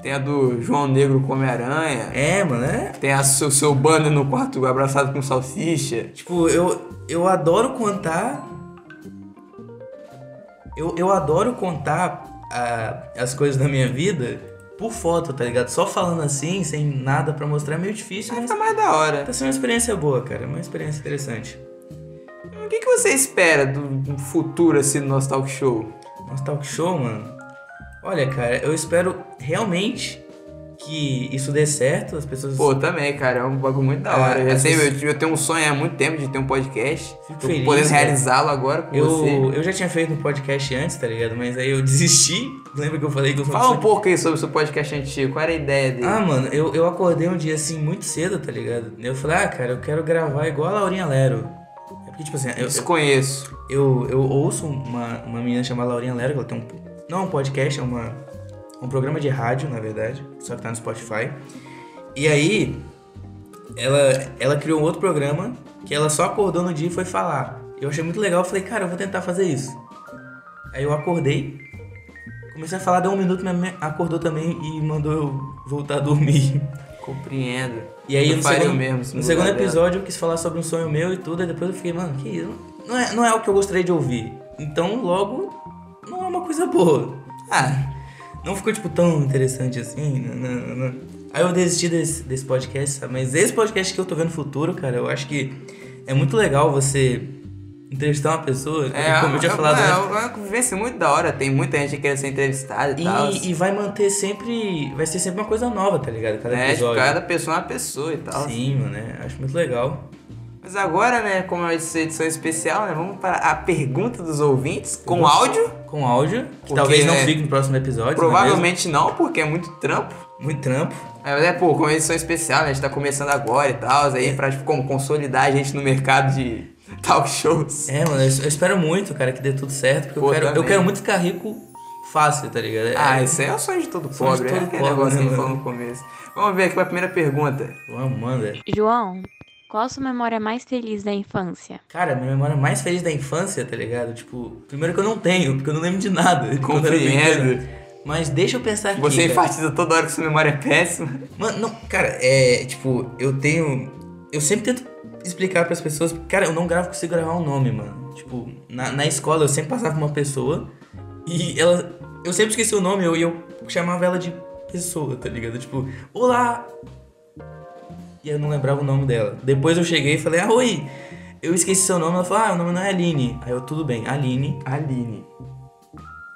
S1: Tem a do João Negro Come-Aranha.
S2: é, mano, é,
S1: Tem a seu, seu banner no quarto abraçado com salsicha.
S2: Tipo, eu, eu adoro contar. Eu, eu adoro contar ah, as coisas da minha vida por foto, tá ligado? Só falando assim, sem nada pra mostrar, é meio difícil,
S1: Aí
S2: mas
S1: fica mais da hora.
S2: tá sendo uma experiência boa, cara. Uma experiência interessante.
S1: O que, que você espera do do futuro, assim, do nosso talk show?
S2: Nosso talk show, mano. Olha, cara, eu espero realmente que isso dê certo, as pessoas.
S1: Pô, também, cara, é um bagulho muito da hora.
S2: É,
S1: Eu já
S2: às
S1: sei,
S2: vezes-
S1: eu, eu tenho um sonho há muito tempo de ter um podcast.
S2: Fico
S1: Tô
S2: feliz,
S1: podendo
S2: cara.
S1: realizá-lo agora com você.
S2: eu, eu já tinha feito um podcast antes, tá ligado? Mas aí eu desisti. Lembra que eu falei que eu sou uma
S1: Fala um
S2: pessoa
S1: pouco aí sobre o seu podcast antigo. Qual era a ideia dele?
S2: Ah, mano, eu, eu acordei um dia assim muito cedo, tá ligado? Eu falei, ah, cara, eu quero gravar igual a Laurinha Lero. É porque, tipo assim, eu,
S1: Desconheço.
S2: eu, eu ouço uma, uma menina chamada Laurinha Lero, que ela tem um. Não é um podcast, é uma, um programa de rádio, na verdade, só que tá no Spotify. E aí, ela, ela criou um outro programa que ela só acordou no dia e foi falar. Eu achei muito legal, eu falei, cara, eu vou tentar fazer isso. Aí eu acordei, comecei a falar, deu um minuto, minha mãe acordou também e mandou eu voltar a dormir.
S1: Compreendo.
S2: E aí
S1: eu
S2: no
S1: faria
S2: segundo,
S1: o mesmo. se
S2: no
S1: lugar
S2: segundo
S1: dela.
S2: episódio eu quis falar sobre um sonho meu e tudo, e depois eu fiquei, mano, que isso? Não é, não é o que eu gostaria de ouvir. Então, logo, não é uma coisa boa. Ah, não ficou, tipo, tão interessante assim. né, né, né. Aí eu desisti desse, desse podcast, sabe? Mas esse podcast que eu tô vendo no futuro, cara, eu acho que é muito legal você entrevistar uma pessoa,
S1: É,
S2: como eu tinha
S1: é-
S2: falado
S1: é,
S2: antes.
S1: é uma convivência muito da hora. Tem muita gente que quer ser entrevistada e, tal. assim,
S2: E, e vai manter sempre. Vai ser sempre uma coisa nova, tá ligado? Cada
S1: né? Tipo,
S2: episódio.
S1: cada pessoa é uma pessoa e tal.
S2: Sim, mano, né? Acho muito legal.
S1: Mas agora, né, como é essa edição especial, né, vamos para a pergunta dos ouvintes com
S2: Nossa.
S1: áudio.
S2: com áudio, que
S1: Porque,
S2: talvez não
S1: né,
S2: fique no próximo episódio. não é
S1: Provavelmente não, porque é muito trampo.
S2: mesmo? Muito trampo.
S1: É, mas é, pô, como é edição especial, né, a gente tá começando agora e tal,
S2: É.
S1: aí pra tipo, como, consolidar a gente no mercado de talk shows.
S2: É, mano, eu, eu espero muito, cara, que dê tudo certo, porque
S1: Pô,
S2: eu, quero, eu
S1: também.
S2: quero muito ficar rico fácil, tá ligado? É-
S1: Ah, isso aí é o sonho de todo
S2: Sonho de
S1: pobre,
S2: todo
S1: é aquele
S2: pobre,
S1: negócio
S2: né,
S1: que a gente
S2: mano?
S1: falou no começo. Vamos ver aqui pra primeira pergunta.
S2: Vamos, manda.
S4: João, qual a sua memória mais feliz da infância?
S2: Cara, minha memória mais feliz da infância, tá ligado? Tipo, primeiro que eu não tenho, porque eu não lembro de nada. de quando eu era
S1: Compreendo.
S2: pequeno. Mas deixa eu pensar aqui.
S1: Você
S2: cara.
S1: enfatiza toda hora que sua memória é péssima.
S2: Mano, não, cara, é. Tipo, eu tenho. Eu sempre tento explicar pras pessoas. Cara, eu não gravo, consigo gravar um nome, mano. Tipo, na, na escola eu sempre passava por uma pessoa e ela. Eu sempre esqueci o nome e eu, e eu chamava ela de pessoa, tá ligado? Tipo, olá! E eu não lembrava o nome dela. Depois eu cheguei e falei, ah, oi! Eu esqueci seu nome, ela falou, ah, o nome não é Aline. Aí eu, tudo bem, Aline.
S1: Aline.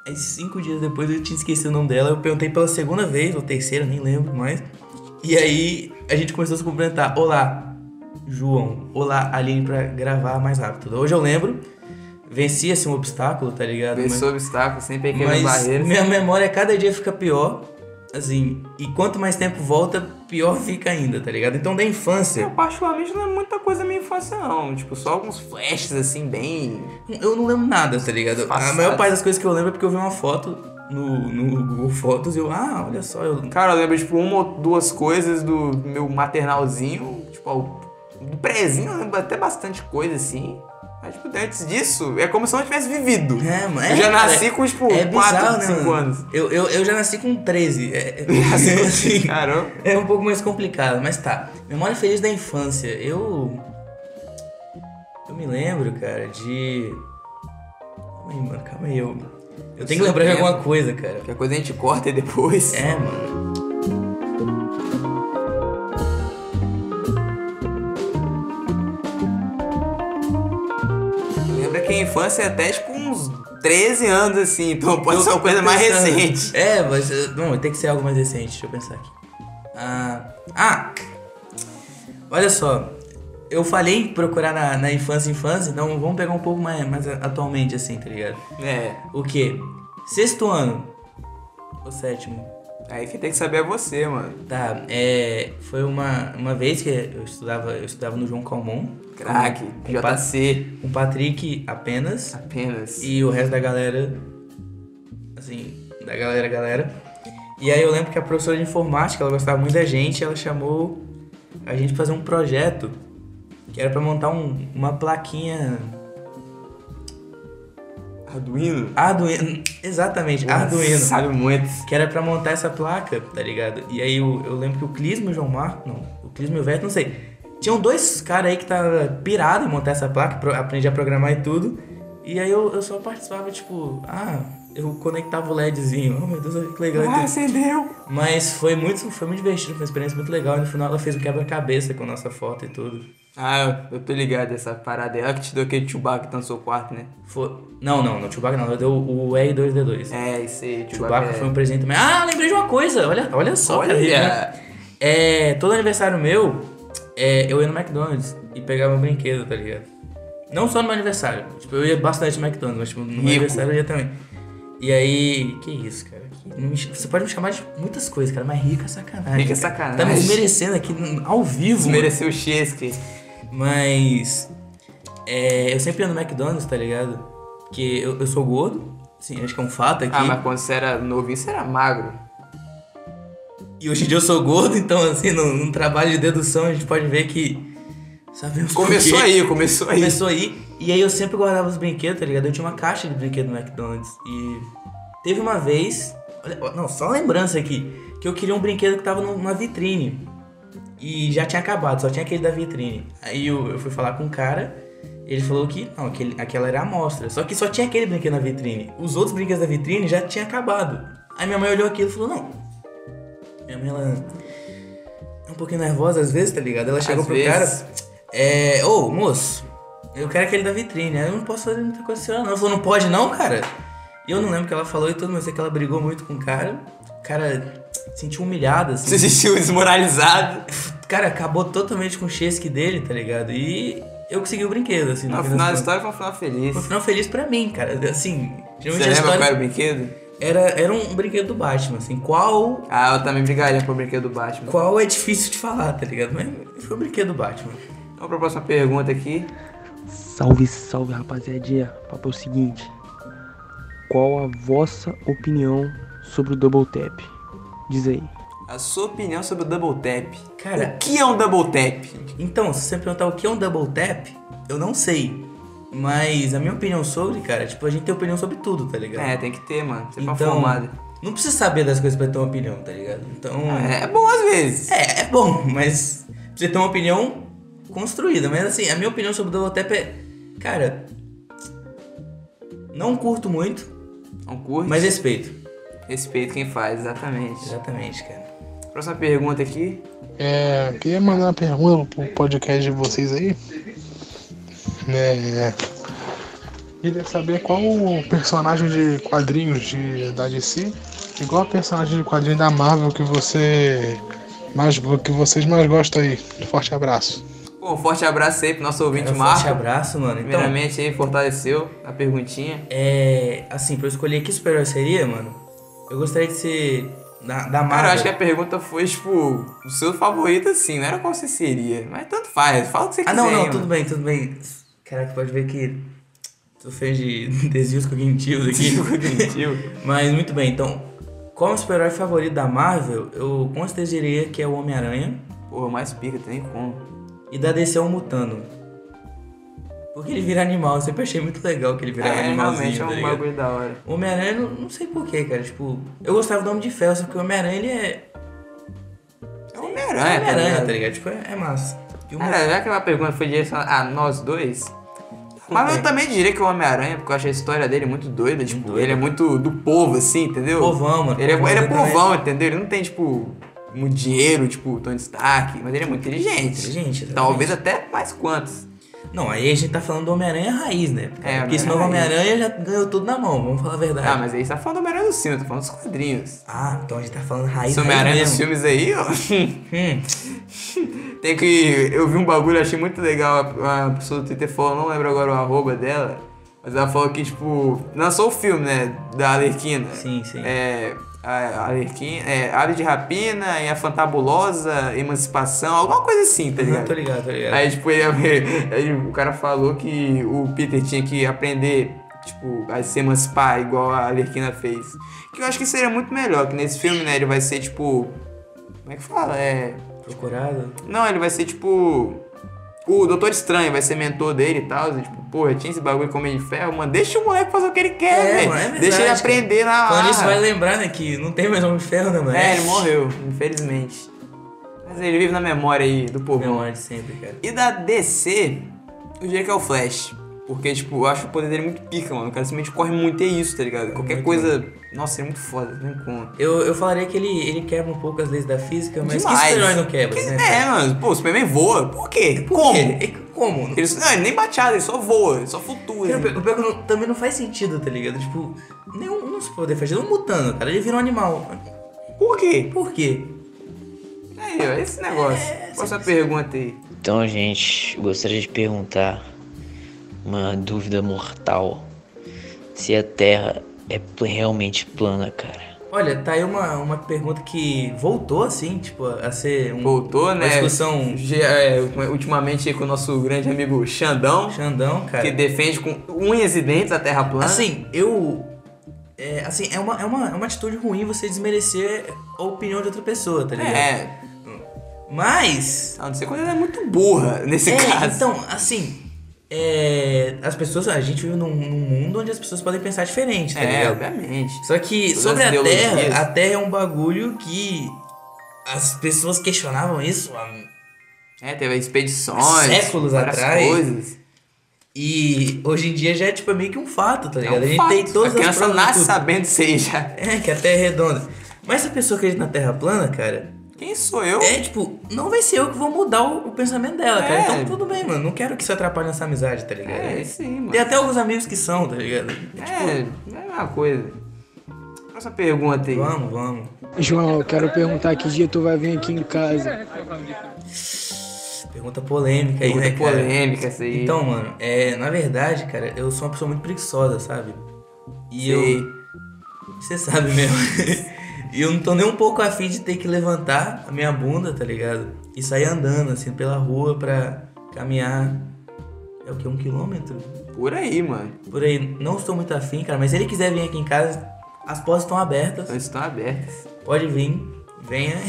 S2: Aí cinco dias depois eu tinha esquecido o nome dela, eu perguntei pela segunda vez, ou terceira, nem lembro mais. E aí a gente começou a se cumprimentar. Olá, João. Olá, Aline, pra gravar mais rápido. Hoje eu lembro, venci assim um obstáculo, tá ligado? Mas-
S1: Pensou obstáculos, sempre
S2: mas
S1: quebrando barreiras.
S2: minha memória cada dia fica pior, assim, e quanto mais tempo volta, pior fica ainda, tá ligado? Então da
S1: Eu
S2: infância,
S1: particularmente não é muita coisa da minha infância, não. Tipo, só alguns flashes assim, bem.
S2: eu não lembro nada, tá ligado? A
S1: Passado.
S2: maior parte das coisas que eu lembro é porque eu vi uma foto no, no Google Fotos e eu, ah, olha só, eu
S1: Cara, eu lembro, tipo, uma ou duas coisas do meu maternalzinho, tipo, ao- do prézinho, eu lembro até bastante coisa, assim. Mas, tipo, antes disso, é como se eu não tivesse vivido.
S2: É, mano.
S1: eu
S2: é,
S1: já
S2: cara,
S1: nasci com, tipo,
S2: é
S1: 4,
S2: bizarro,
S1: 5
S2: mano?
S1: anos.
S2: Eu, eu, eu já nasci com 13. É, é-
S1: Nasci
S2: assim,
S1: Caramba.
S2: é um pouco mais complicado, mas tá. Memória feliz da infância. Eu. Eu me lembro, cara, de. Calma aí, mano, calma aí. Eu, eu tenho que lembrar de alguma coisa, cara.
S1: Qualquer coisa a gente corta e depois.
S2: É, mano.
S1: Lembra que a infância é até, tipo, uns 13 anos, assim. Então pode
S2: Eu
S1: ser uma
S2: tô
S1: coisa mais
S2: pensando.
S1: recente.
S2: É, mas. eh, Não, tem que ser algo mais recente, deixa eu pensar aqui. Ah. Ah! Olha só. Eu falei em procurar na, na infância, infância, então vamos pegar um pouco mais, mais atualmente, assim, tá ligado?
S1: É.
S2: O quê? Sexto ano. Ou sétimo.
S1: Aí quem tem que saber é você, mano.
S2: Tá, é. Foi uma, uma vez que eu estudava, eu estudava no João Calmon.
S1: Crack,
S2: Com, com, Pa-
S1: JC,
S2: com o Patrick apenas.
S1: apenas.
S2: E o resto da galera. Assim, da galera, galera. E aí eu lembro que a professora de informática, ela gostava muito da gente, ela chamou a gente pra fazer um projeto que era pra montar um- uma plaquinha
S1: Arduino? Ah,
S2: Arduino. Exatamente, Arduino.
S1: Sabe muito.
S2: Que era pra montar essa placa, tá ligado? E aí eu, eu lembro que o Clismo e o João Marco, não, o Clismo e o Veto, não sei. Tinham dois caras aí que tava pirado em montar essa placa, pro, aprendi a programar e tudo. E aí eu, eu só participava, tipo, ah, eu conectava o LEDzinho. Oh meu Deus, olha que legal.
S1: Ah, acendeu!
S2: Mas foi muito, foi muito divertido, foi uma experiência muito legal. E no final ela fez um quebra-cabeça com nossa foto e tudo.
S1: Ah, eu tô ligado essa parada. É ela que te deu aquele Chewbacca que tá no seu quarto, né?
S2: Foi... Não, não, não, Chewbacca não. Ela deu o R2D2.
S1: É, isso aí,
S2: Chewbacca
S1: Chewbacca.
S2: foi um presente também. Ah, lembrei de uma coisa. Olha, olha só. cara, né?
S1: Olha!
S2: É, todo aniversário meu, é, eu ia no McDonald's e pegava um brinquedo, tá ligado? Não só no meu aniversário. Tipo, eu ia bastante no McDonald's, mas tipo, no meu
S1: Rico.
S2: aniversário eu ia também. E aí, que isso, cara. que- não me ch- Você pode me chamar de muitas coisas, cara, mas rica é sacanagem.
S1: Rico é
S2: cara.
S1: sacanagem.
S2: Tá me desmerecendo aqui n- ao vivo. mano.
S1: Desmereceu o Chesky.
S2: Mas é, eu sempre ia no McDonald's, tá ligado? Porque eu, eu sou gordo, sim, acho que é um fato aqui.
S1: Ah, mas quando você era novinho, você era magro.
S2: E hoje em dia eu sou gordo, então assim, num, num trabalho de dedução a gente pode ver que. Sabemos por
S1: Começou
S2: quê.
S1: aí, começou aí.
S2: Começou aí. E aí eu sempre guardava os brinquedos, tá ligado? Eu tinha uma caixa de brinquedo no McDonald's. E teve uma vez. olha, ó, não, só lembrança aqui. Que eu queria um brinquedo que tava numa vitrine. E já tinha acabado, só tinha aquele da vitrine. Aí eu, eu fui falar com um cara. Ele falou que não, aquele, aquela era a amostra. Só que só tinha aquele brinquedo na vitrine. Os outros brinquedos da vitrine já tinham acabado. Aí minha mãe olhou aquilo e falou: Não. Minha mãe, ela. É um pouquinho nervosa às vezes, tá ligado? Ela chegou
S1: Às
S2: pro
S1: vezes.
S2: cara. É. Ô, moço, eu quero aquele da vitrine. Aí eu não posso fazer muita coisa com ela, não. Ela falou: Não pode, não, cara. E eu não lembro o que ela falou e tudo, mas eu sei que ela brigou muito com o cara. O cara se sentiu humilhado, assim.
S1: Você se sentiu desmoralizado.
S2: Cara, acabou totalmente com o chesque dele, tá ligado? E eu consegui o brinquedo, assim.
S1: No
S2: fim
S1: final da
S2: das contas.
S1: história foi um final feliz.
S2: Foi um final feliz pra mim, cara. Assim,
S1: Você
S2: geralmente
S1: lembra
S2: a
S1: qual é? era
S2: história
S1: o brinquedo?
S2: era, era um brinquedo do Batman, assim. Qual,
S1: Ah, eu também brigaria pro brinquedo do Batman.
S2: qual é difícil de falar, tá ligado? Mas foi um brinquedo do Batman.
S1: Vamos pra próxima pergunta aqui.
S5: Salve, salve rapaziadinha. O papo é o seguinte: Qual a vossa opinião sobre o Double Tap? Diz aí.
S1: A sua opinião sobre o Double Tap.
S2: Cara,
S1: o que é um Double Tap?
S2: Então, se você perguntar o que é um double tap, eu não sei. Mas a minha opinião sobre, cara, tipo, a gente tem opinião sobre tudo, tá ligado?
S1: É, tem que ter, mano. Você tá
S2: então,
S1: formado.
S2: não precisa saber das coisas pra ter uma opinião, tá ligado? Então.
S1: É bom às vezes.
S2: É, é bom, mas você tem uma opinião construída. Mas assim, a minha opinião sobre o Double Tap é. Cara. Não curto muito,
S1: Não curte.
S2: mas respeito.
S1: Respeito quem faz, exatamente.
S2: Exatamente, cara.
S1: Próxima pergunta aqui.
S6: É, queria mandar uma pergunta pro podcast de vocês aí. É, queria saber qual o personagem de quadrinhos de, da DC e qual o personagem de quadrinho da Marvel que você mais que vocês mais gostam aí. Forte abraço.
S1: Bom, forte abraço aí pro nosso ouvinte
S2: Cara, forte
S1: Marco.
S2: abraço, mano. Então,
S1: Primeiramente aí, fortaleceu a perguntinha.
S2: é. Assim, pra eu escolher que super-herói seria, mano, eu gostaria de ser. Da, da Marvel.
S1: Cara, eu acho que é a pergunta foi, tipo, o seu favorito assim, não era qual você seria. Mas tanto faz, fala o que você
S2: Ah,
S1: quiser.
S2: não, não,
S1: hein, mano.
S2: tudo bem, tudo bem. Caraca, pode ver que. Tô feio de desvios cognitivos aqui.
S1: Tio, tio.
S2: Mas muito bem, então, como super-herói favorito da Marvel, eu com certeza diria que é o Homem-Aranha
S1: Porra, mais pica, tem nem como.
S2: e da DC é o Mutano. Porque ele vira animal, eu sempre achei muito legal que ele
S1: É,
S2: virava animalzinho,
S1: realmente é
S2: tá
S1: um
S2: ligado?
S1: bagulho da hora.
S2: O Homem-Aranha, não, não sei porquê, cara, tipo, eu gostava do Homem de Ferro, só que o Homem-Aranha, ele é...
S1: É o Homem-Aranha, tá
S2: Homem-Aranha,
S1: ligado?
S2: tá ligado? Tipo, é, é massa. E o
S1: Cara, já que a pergunta foi direcionada a nós dois, mas eu
S2: bem.
S1: também diria que o Homem-Aranha, porque eu achei a história dele muito doida, tipo,
S2: Doida.
S1: ele é muito do povo, assim, entendeu?
S2: um povão, mano.
S1: Ele é, ele é
S2: exatamente.
S1: povão, entendeu? Ele não tem, tipo, muito dinheiro, tipo, Tony Stark, mas ele é muito inteligente.
S2: Inteligente, tá exatamente.
S1: Talvez até mais quantos.
S2: Não, aí a gente tá falando do Homem-Aranha raiz, né? Porque,
S1: É,
S2: porque senão o
S1: Homem-Aranha
S2: Homem-Aranha já ganhou tudo na mão, vamos falar a verdade.
S1: Ah, mas aí você tá falando do Homem-Aranha do cinema, tá falando dos quadrinhos.
S2: Ah, então a gente tá falando raiz,
S1: Esse
S2: raiz
S1: Homem-Aranha é um dos
S2: mesmo.
S1: filmes aí, ó.
S2: Hum.
S1: Tem que. Eu vi um bagulho, achei muito legal. A, a pessoa do Twitter falou, não lembro agora o arroba dela, mas ela falou que, tipo, lançou o filme, né? Da Alerquina.
S2: Sim, sim.
S1: É. A Alerquina. É. Ave de Rapina e a Fantabulosa Emancipação, alguma coisa assim, tá
S2: Não,
S1: ligado?
S2: tô ligado, tô ligado.
S1: Aí, tipo, ele, aí o cara falou que o Peter tinha que aprender, tipo, a se emancipar igual a Alerquina fez. Que eu acho que seria muito melhor, que nesse filme, né, ele vai ser, tipo... Como é que fala? É...
S2: Procurado?
S1: Não, ele vai ser, tipo... O Doutor Estranho vai ser mentor dele e tal. E, tipo, porra, tinha esse bagulho de comer de ferro, mano. Deixa o moleque fazer o que ele quer,
S2: É,
S1: velho.
S2: mano, é verdade,
S1: Deixa ele
S2: cara.
S1: aprender na
S2: Falando
S1: marra.
S2: isso, vai lembrar, né, que não tem mais Homem de Ferro, né, mano?
S1: Ah. É, ele morreu, infelizmente. Mas ele vive na memória aí do povo.
S2: Memória de sempre, cara.
S1: E da DC, eu diria que é o Flash. Porque, tipo, eu acho o poder dele muito pica, mano. O cara simplesmente corre muito, é isso, tá ligado? Qualquer
S2: Muito
S1: coisa. Nossa, ele é muito foda, não tem como.
S2: Eu, eu falaria que ele, ele quebra um pouco as leis da física, mas
S1: Demais.
S2: que super-herói não quebra,
S1: Que-
S2: né?
S1: É,
S2: cara?
S1: mano. Pô, o Superman voa. Por quê?
S2: Por
S1: como?
S2: quê? E Como?
S1: Ele, não, ele "Ah, nem bateado, ele só voa, ele só flutua.
S2: Cara,
S1: assim.
S2: o pe- o pior é que não- também não faz sentido, tá ligado? Tipo, nenhum um super faz sentido. Um mutando, cara. Ele vira um animal.
S1: Por quê?
S2: Por quê?
S1: Aí, ó, esse negócio. Qual a sua pergunta aí?
S7: Então, gente, gostaria de perguntar uma dúvida mortal: se a Terra é pl- realmente plana, cara.
S2: Olha, tá aí uma, uma pergunta que voltou, assim, tipo, a a ser um,
S1: Voltou,
S2: uma
S1: né?
S2: discussão
S1: Ge- é, ultimamente aí com o nosso grande amigo Xandão,
S2: Xandão, cara.
S1: que defende com unhas e dentes a Terra plana.
S2: Assim, eu. É, assim, é uma, é, uma, é uma atitude ruim você desmerecer a opinião de outra pessoa, tá ligado?
S1: É,
S2: Mas.
S1: a não ser quando ela é muito burra nesse
S2: é,
S1: caso.
S2: então, assim. é, as pessoas. A gente vive num, num mundo onde as pessoas podem pensar diferente, tá
S1: é,
S2: ligado?
S1: obviamente.
S2: Só que
S1: Todas
S2: sobre
S1: as
S2: a
S1: ideologias.
S2: Terra, a Terra é um bagulho que as pessoas questionavam isso há
S1: É, teve expedições,
S2: Séculos
S1: várias
S2: atrás.
S1: coisas.
S2: E hoje em dia já é tipo meio que um fato, tá
S1: É
S2: ligado?
S1: um
S2: a gente
S1: fato.
S2: tem todas
S1: a
S2: as
S1: criança
S2: provas de
S1: nasce
S2: tudo.
S1: sabendo isso aí já.
S2: É, que a Terra é redonda. Mas se a pessoa acredita na Terra plana, cara,
S1: Quem sou eu?
S2: é tipo, não vai ser eu que vou mudar o, o pensamento dela, cara.
S1: É.
S2: Então tudo bem, mano. Não quero que isso atrapalhe nossa amizade, tá ligado?
S1: É, isso aí, mano.
S2: Tem até alguns amigos que são, tá ligado?
S1: É, é uma coisa. Próxima pergunta aí.
S2: Tipo, Vamos, vamos.
S8: João, eu quero perguntar que dia tu vai vir aqui em casa.
S2: Pergunta polêmica aí,
S1: Pergunta
S2: né, cara?
S1: polêmica essa aí.
S2: Então, mano, é, na verdade, cara, eu sou uma pessoa muito preguiçosa, sabe? E
S1: Sei.
S2: eu. Você sabe mesmo. e eu não tô nem um pouco afim de ter que levantar a minha bunda, tá ligado? E sair andando, assim, pela rua pra caminhar. É o que? Um quilômetro?
S1: Por aí, mano.
S2: Por aí. Não estou muito afim, cara, mas se ele quiser vir aqui em casa, as portas estão abertas.
S1: Então estão abertas.
S2: Pode vir. Venha.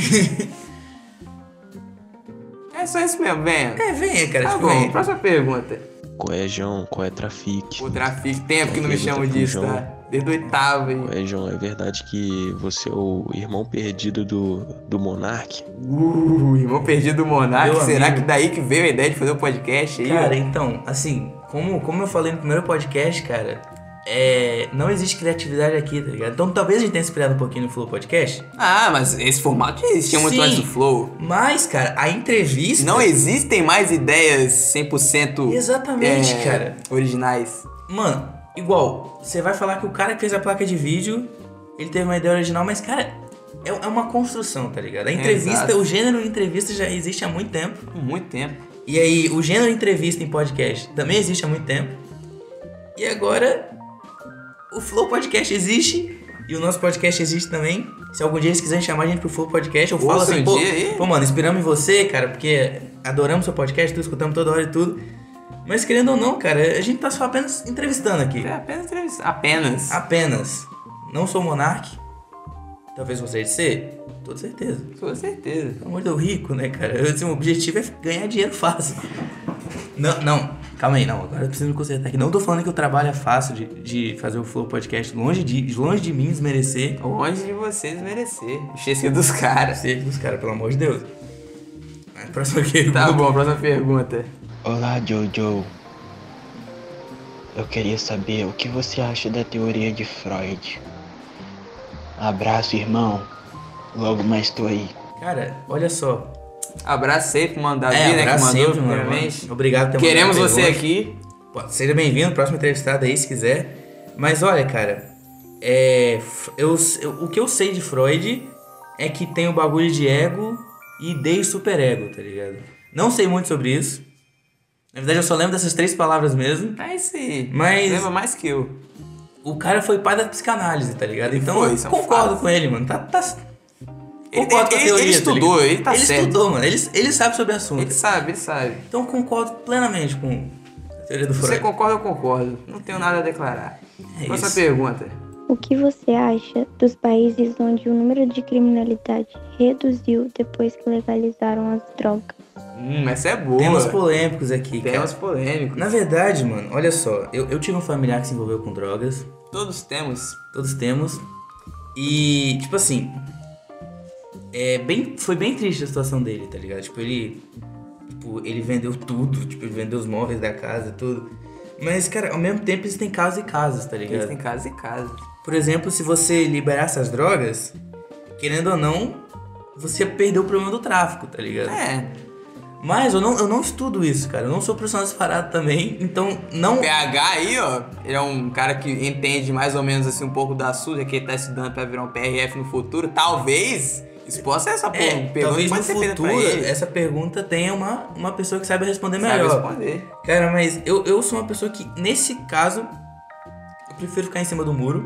S1: É só isso mesmo, venha.
S2: é, venha, cara.
S1: tá
S2: tipo,
S1: bom,
S2: venha.
S1: próxima pergunta.
S3: Qual é, João? Qual é, Trafic?
S1: O Trafic, tempo que não me
S3: Pergunta
S1: chamam
S3: pro
S1: disso,
S3: João.
S1: tá? Desde oitava aí.
S3: Qual é, João? É verdade que você é o irmão perdido do, do Monark?
S1: Uh, irmão perdido do Monark.
S2: Meu
S1: Será
S2: amigo.
S1: que daí que veio a ideia de fazer o podcast aí?
S2: Cara,
S1: ó?
S2: então, assim, como, como eu falei no primeiro podcast, cara, é, não existe criatividade aqui, tá ligado? Então talvez a gente tenha se inspirado um pouquinho no Flow Podcast,
S1: Ah, mas esse formato já existia muito
S2: Sim.
S1: antes do Flow.
S2: mas, cara, a entrevista.
S1: Não é existem mais ideias 100%
S2: Exatamente,
S1: é,
S2: cara.
S1: originais.
S2: Mano, igual, você vai falar que o cara que fez a placa de vídeo, ele teve uma ideia original, mas, cara, é, é uma construção, tá ligado? A entrevista,
S1: exato.
S2: o gênero de entrevista já existe há muito tempo.
S1: Por muito tempo.
S2: E aí, o gênero de entrevista em podcast também existe há muito tempo. E agora, o Flow Podcast existe e o nosso podcast existe também. Se algum dia eles quiserem chamar a gente pro Flow Podcast, eu falo
S1: Ouça
S2: assim,
S1: um
S2: pô,
S1: dia aí."
S2: pô, mano, inspiramos em você, cara, porque adoramos seu podcast, tu escutamos toda hora e tudo. Mas querendo ou não, cara, a gente tá só apenas entrevistando aqui.
S1: É apenas entrevista. Apenas.
S2: Ah. Apenas. Não sou monarque. Talvez gostaria de ser. Toda certeza.
S1: Com certeza.
S2: Pelo amor de Deus, rico, né, cara? Eu, assim, o objetivo é ganhar dinheiro fácil. Não, não, calma aí, não. Agora eu preciso me consertar aqui. Não tô falando que o trabalho é fácil de, de fazer o Flow Podcast longe de, longe de mim desmerecer.
S1: Longe de vocês merecer. Chesca dos caras.
S2: Você dos caras, pelo amor de Deus. Mas Próxima pergunta.
S1: Tá bom, próxima pergunta.
S7: Olá, Jojo. Eu queria saber o que você acha da teoria de Freud. Abraço, irmão. Logo mais tô aí.
S2: Cara, olha só. É,
S1: Abraço sempre pro mano Davi, né? Que
S2: abraço
S1: mandou,
S2: sempre, mano.
S1: primeiramente.
S2: Obrigado por ter
S1: Queremos
S2: mandado a
S1: você
S2: pergunta.
S1: aqui.
S2: Pô, Seja bem-vindo, próximo entrevistado aí, se quiser. Mas olha, cara, é, f- eu, eu- o que eu sei de Freud é que tem o bagulho de ego e ideia e superego, tá ligado? Não sei muito sobre isso. Na verdade, eu só lembro dessas três palavras mesmo.
S1: É isso aí.
S2: Mas-
S1: Lembra mais que eu.
S2: O cara foi pai da psicanálise, tá ligado? Então
S1: foi,
S2: eu
S1: isso é um
S2: concordo
S1: fato.
S2: com ele, mano. Tá, tá,
S1: Ele,
S2: concordo com a
S1: ele-
S2: teoria,
S1: ele
S2: tá
S1: estudou,
S2: ligado?
S1: ele tá
S2: ele
S1: certo.
S2: estudou, mano. Ele, ele sabe sobre o assunto.
S1: Ele sabe, ele sabe.
S2: Então eu concordo plenamente com a teoria do
S1: Se você
S2: Freud.
S1: concorda, eu concordo. Não tenho nada a declarar.
S2: É
S1: Próxima
S2: isso.
S1: pergunta.
S9: O que você acha dos países onde o número de criminalidade reduziu depois que legalizaram as drogas?
S1: Hum, essa é boa.
S2: Temas polêmicos aqui, cara.
S1: Temas polêmicos.
S2: Na verdade, mano, olha só, eu, eu tive um familiar que se envolveu com drogas,
S1: Todos temos.
S2: todos temos, e, tipo assim, é bem, foi bem triste a situação dele, tá ligado? Tipo, ele, tipo, ele vendeu tudo, tipo, ele vendeu os móveis da casa e tudo, Mas, cara, ao mesmo tempo existem casos e casos, tá ligado?
S1: Existem casos e casos.
S2: Por exemplo, se você liberasse as drogas, querendo ou não, você perdeu o problema do tráfico, tá ligado?
S1: É,
S2: Mas eu não, eu não estudo isso, cara. Eu não sou profissional separado também, então
S1: O
S2: não.
S1: PH aí, ó, ele é um cara que entende mais ou menos assim um pouco da SUS, é que ele tá estudando pra virar um PRF no futuro. Talvez isso possa ser essa porra.
S2: É,
S1: um pergunta que
S2: talvez no
S1: pode ser feita pra
S2: futuro
S1: ele.
S2: essa pergunta tenha uma, uma pessoa que saiba responder
S1: Sabe
S2: melhor.
S1: responder.
S2: Cara, mas eu, eu sou uma pessoa que, nesse caso, eu prefiro ficar em cima do muro,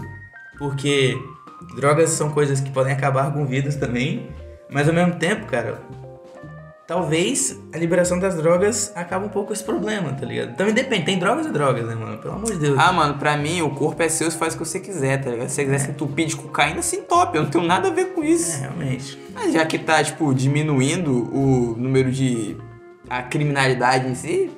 S2: porque drogas são coisas que podem acabar com vidas também, mas ao mesmo tempo, cara, talvez a liberação das drogas acabe um pouco esse problema, tá ligado? Também depende, tem drogas e drogas, né, mano? Pelo amor de Deus.
S1: Ah, mano, pra mim, o corpo é seu, você faz o que você quiser, tá ligado? Se você quiser se entupir de cocaína, se entope. Eu não tenho nada a ver com
S2: É,
S1: isso.
S2: realmente.
S1: Mas já que tá, tipo, diminuindo o número de. a criminalidade em si,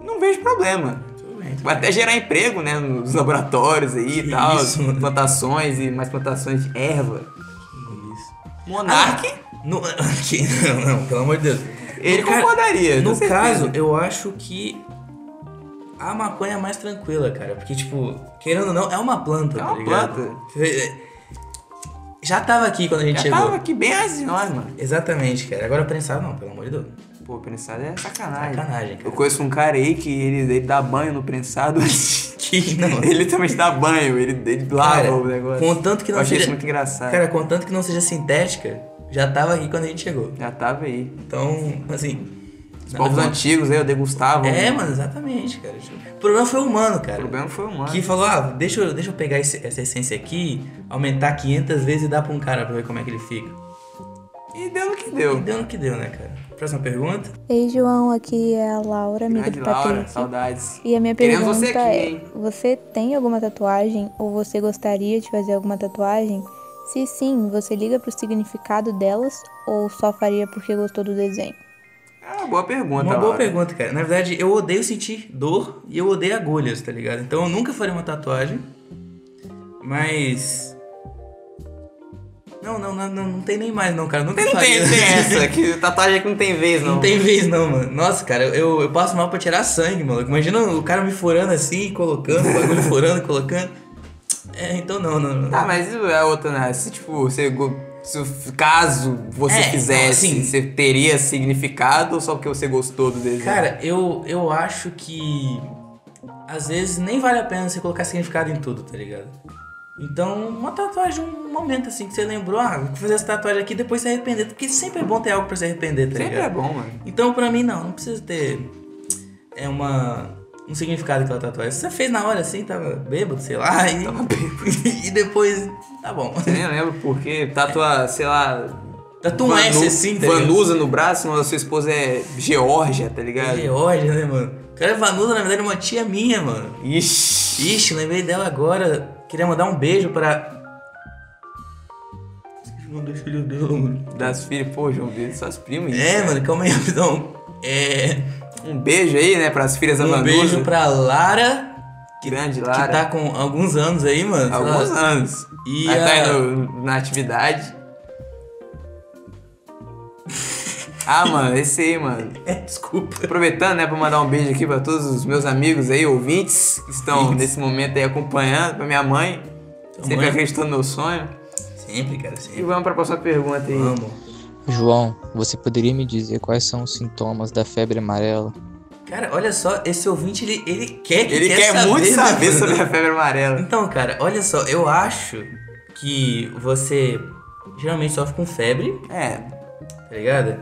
S1: não vejo problema.
S2: Tudo bem. tudo
S1: Vai até gerar emprego, né? Nos laboratórios aí e tal.
S2: Isso, mano.
S1: Plantações e mais plantações de erva.
S2: bem, isso.
S1: Monark,
S2: Ah, No, aqui, não, não, pelo amor de Deus.
S1: ele
S2: No ca-
S1: concordaria.
S2: No
S1: com certeza.
S2: caso, eu acho que a maconha é mais tranquila, cara. Porque, tipo, querendo ou não, é uma planta,
S1: É
S2: tá
S1: uma
S2: ligado? é,
S1: planta.
S2: Já tava aqui quando a gente
S1: já
S2: chegou.
S1: tava aqui bem antes de nós, mano.
S2: Exatamente, cara. Agora pensar, não, pelo amor de Deus.
S1: Pô, prensado é sacanagem.
S2: Sacanagem,
S1: Eu
S2: cara.
S1: conheço um cara aí que ele, ele dá banho no prensado.
S2: Que não.
S1: ele literalmente dá banho, ele, ele lava
S2: Cara,
S1: o negócio.
S2: Contanto que
S1: Eu
S2: não
S1: achei isso
S2: seja.
S1: muito engraçado.
S2: Cara, contanto que não seja sintética, já tava aqui quando a gente chegou.
S1: já tava aí.
S2: Então, assim.
S1: Os povos antigos aí, eu degustava. um.
S2: É, mano, exatamente, cara. O problema foi o humano,
S1: O
S2: cara.
S1: problema foi humano.
S2: Que falou, ah, deixa eu, deixa eu pegar esse- essa essência aqui, aumentar 500 vezes e dar pra um cara pra ver como é que ele fica.
S1: E deu no que
S2: E
S1: deu.
S2: deu no que deu, né, cara? Próxima pergunta.
S10: Ei, João, aqui é a Laura, amiga
S1: Grande
S10: do
S1: Laura,
S10: Patrick.
S1: saudades.
S10: E a minha
S1: Queremos
S10: pergunta
S1: você aqui,
S10: é:
S1: hein?
S10: você tem alguma tatuagem ou você gostaria de fazer alguma tatuagem? Se sim, você liga pro significado delas ou só faria porque gostou do desenho?
S1: É uma boa pergunta,
S2: uma boa
S1: Laura.
S2: pergunta, cara. Na verdade, eu odeio sentir dor e eu odeio agulhas, tá ligado? Então eu nunca faria uma tatuagem. Mas. Não, não, não, não, não tem nem mais, não, cara. Nunca
S1: Não tem,
S2: faria.
S1: tem essa, que tatuagem aqui não tem vez, não.
S2: Não tem vez não, mano. Nossa, cara, eu, eu passo mal pra tirar sangue, maluco. Imagina o cara me furando assim, colocando, o bagulho furando, colocando. É, então não, não, não.
S1: Tá, mas isso é outra, né? Se, tipo, você, go- se, o- caso você
S2: É,
S1: fizesse,
S2: então, assim-
S1: você teria significado ou só porque você gostou do desenho?
S2: Cara, eu, eu acho que às vezes nem vale a pena você colocar significado em tudo, tá ligado? Então, uma tatuagem, um momento assim que você lembrou, ah, vou fazer essa tatuagem aqui e depois se arrepender. Porque sempre é bom ter algo pra se arrepender, tá
S1: sempre é
S2: ligado?
S1: bom, mano.
S2: Então, pra mim, não, não precisa ter é uma, um significado aquela tatuagem. Você fez na hora assim, tava bêbado, sei lá, e, e depois, tá bom.
S1: Você nem lembra porque tatua, sei lá.
S2: Tatua um S assim, tá ligado?
S1: Vanusa no braço, mas a sua esposa é Geórgia, tá ligado?
S2: Georgia, né, mano? O cara é Vanusa, na verdade, é uma tia minha, mano.
S1: Ixi.
S2: Ixi, lembrei dela agora. Queria mandar um beijo pra. Esqueci o nome do filho dela, mano.
S1: Das filhas, pô, João Vitor, suas primas.
S2: É,
S1: cara.
S2: mano, calma aí, rapidão. É.
S1: Um beijo aí, né, pras filhas da
S2: Um
S1: Vanusa.
S2: beijo pra Lara,
S1: Grande
S2: que
S1: Lara.
S2: tá com alguns anos aí, mano. sei lá.
S1: Alguns anos.
S2: E
S1: Ela
S2: a-
S1: tá aí no- na atividade. Ah, mano, esse aí, mano.
S2: É, desculpa.
S1: Aproveitando, né, pra mandar um beijo aqui pra todos os meus amigos aí, ouvintes, que estão nesse momento aí acompanhando, pra minha mãe, sempre
S2: mãe.
S1: acreditando no meu sonho.
S2: Sempre, cara,
S1: E
S2: sempre.
S1: vamos pra próxima pergunta aí.
S2: Vamos.
S11: João, você poderia me dizer quais são os sintomas da febre amarela?
S2: Cara, olha só, esse ouvinte, ele, ele quer que
S1: Ele quer,
S2: saber,
S1: muito
S2: né,
S1: saber
S2: mano?
S1: sobre a febre amarela.
S2: Então, cara, olha só, eu acho que você geralmente sofre com febre,
S1: É,
S2: tá ligado?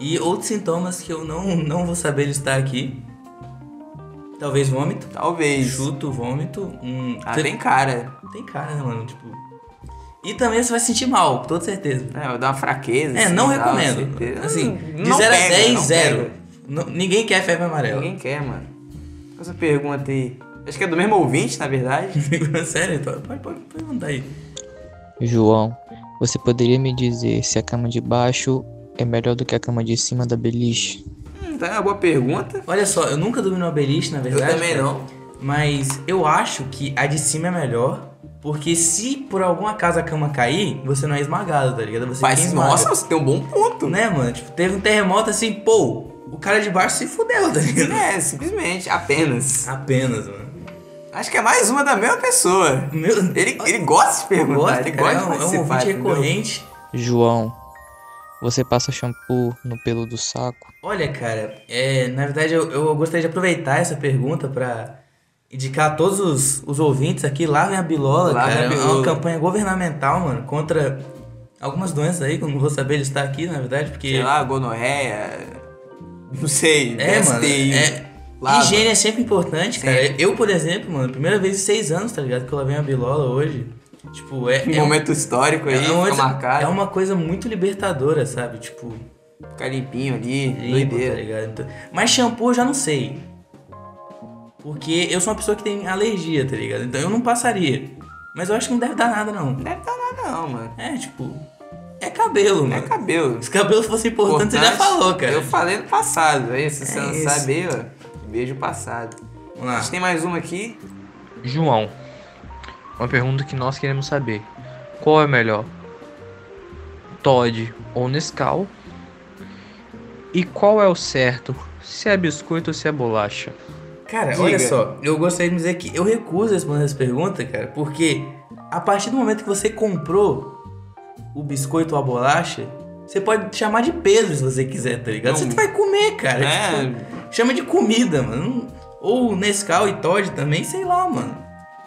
S2: E outros sintomas que eu não, não vou saber listar aqui. Talvez vômito.
S1: talvez.
S2: Chuto, vômito. Um...
S1: Ah, tem cara.
S2: Tem cara, né, mano? Tipo. E também você vai se sentir mal, com toda certeza.
S1: É, eu dou uma fraqueza.
S2: É,
S1: assim,
S2: não
S1: e tal,
S2: recomendo.
S1: certeza.
S2: Assim,
S1: Não-
S2: de
S1: não
S2: 0 a
S1: pega,
S2: 10,
S1: não
S2: 0.
S1: pega.
S2: Ninguém quer febre amarela.
S1: Ninguém quer, mano. Essa pergunta aí. Acho que é do mesmo ouvinte, na verdade.
S2: Sério, então, pode, pode, pode mandar aí.
S11: João, você poderia me dizer se a cama de baixo é melhor do que a cama de cima da beliche?
S1: Hum, tá, é uma boa pergunta.
S2: Olha só, eu nunca dormi numa beliche, na verdade. cara,
S1: não.
S2: Mas eu acho que a de cima é melhor. Porque se por algum acaso a cama cair, você não é esmagado, tá ligado? Você
S1: Mas,
S2: ninguém esmaga.
S1: nossa, você tem um bom ponto.
S2: Né, mano? Tipo, teve um terremoto assim, pô, o cara de baixo se fudeu, tá ligado?
S1: É, simplesmente, apenas.
S2: Apenas, mano.
S1: Acho que é mais uma da mesma pessoa. Ele, ele gosta de perguntar,
S2: Gosta,
S1: ele
S2: cara,
S1: gosta
S2: é um-
S1: de
S2: é
S1: participar.
S2: um ouvinte
S1: entendeu?
S2: recorrente.
S11: João, você passa shampoo no pelo do saco?
S2: Olha, cara, é, na verdade eu, eu gostaria de aproveitar essa pergunta pra indicar a todos os, os ouvintes aqui, lavem a bilola,
S1: Lavem
S2: cara.
S1: a
S2: É
S1: bilola.
S2: uma campanha governamental, mano, contra algumas doenças aí, que eu não vou saber listar aqui, na verdade, porque.
S1: Sei lá, gonorreia. Não sei,
S2: É,
S1: STI.
S2: mano. é-
S1: lava.
S2: Higiene é sempre importante, cara. Eu, por exemplo, mano, primeira vez em seis anos, tá ligado? Que eu lavei uma bilola hoje. Tipo, é.
S1: Um
S2: é
S1: momento histórico aí, fica
S2: momento-
S1: marcado.
S2: é uma coisa muito libertadora, sabe? Tipo.
S1: Ficar limpinho ali,
S2: limpo, tá ligado? Então- mas shampoo eu já não sei. Porque eu sou uma pessoa que tem alergia, tá ligado? Então eu não passaria. Mas eu acho que não deve dar nada, não.
S1: Deve dar nada, não, mano.
S2: É, tipo. É cabelo, mano.
S1: É cabelo.
S2: Se cabelo fosse importante, você já falou, cara.
S1: Eu falei no passado, aí se você
S2: É
S1: não
S2: isso. Ah.
S1: saber, ó, beijo passado.
S2: Vamos lá.
S1: A gente tem mais uma aqui.
S12: João, uma pergunta que nós queremos saber: qual é melhor, Todd ou Nescau? E qual é o certo, se é biscoito ou se é bolacha?
S2: Cara,
S12: Diga.
S2: olha só, eu gostaria de dizer que eu recuso responder essa pergunta, cara, porque a partir do momento que você comprou o biscoito ou a bolacha, você pode chamar de peso se você quiser, tá ligado?
S1: Não.
S2: Você vai comer, cara.
S1: É.
S2: Tipo, chama de comida, mano. Ou Nescau e Todd também, sei lá, mano.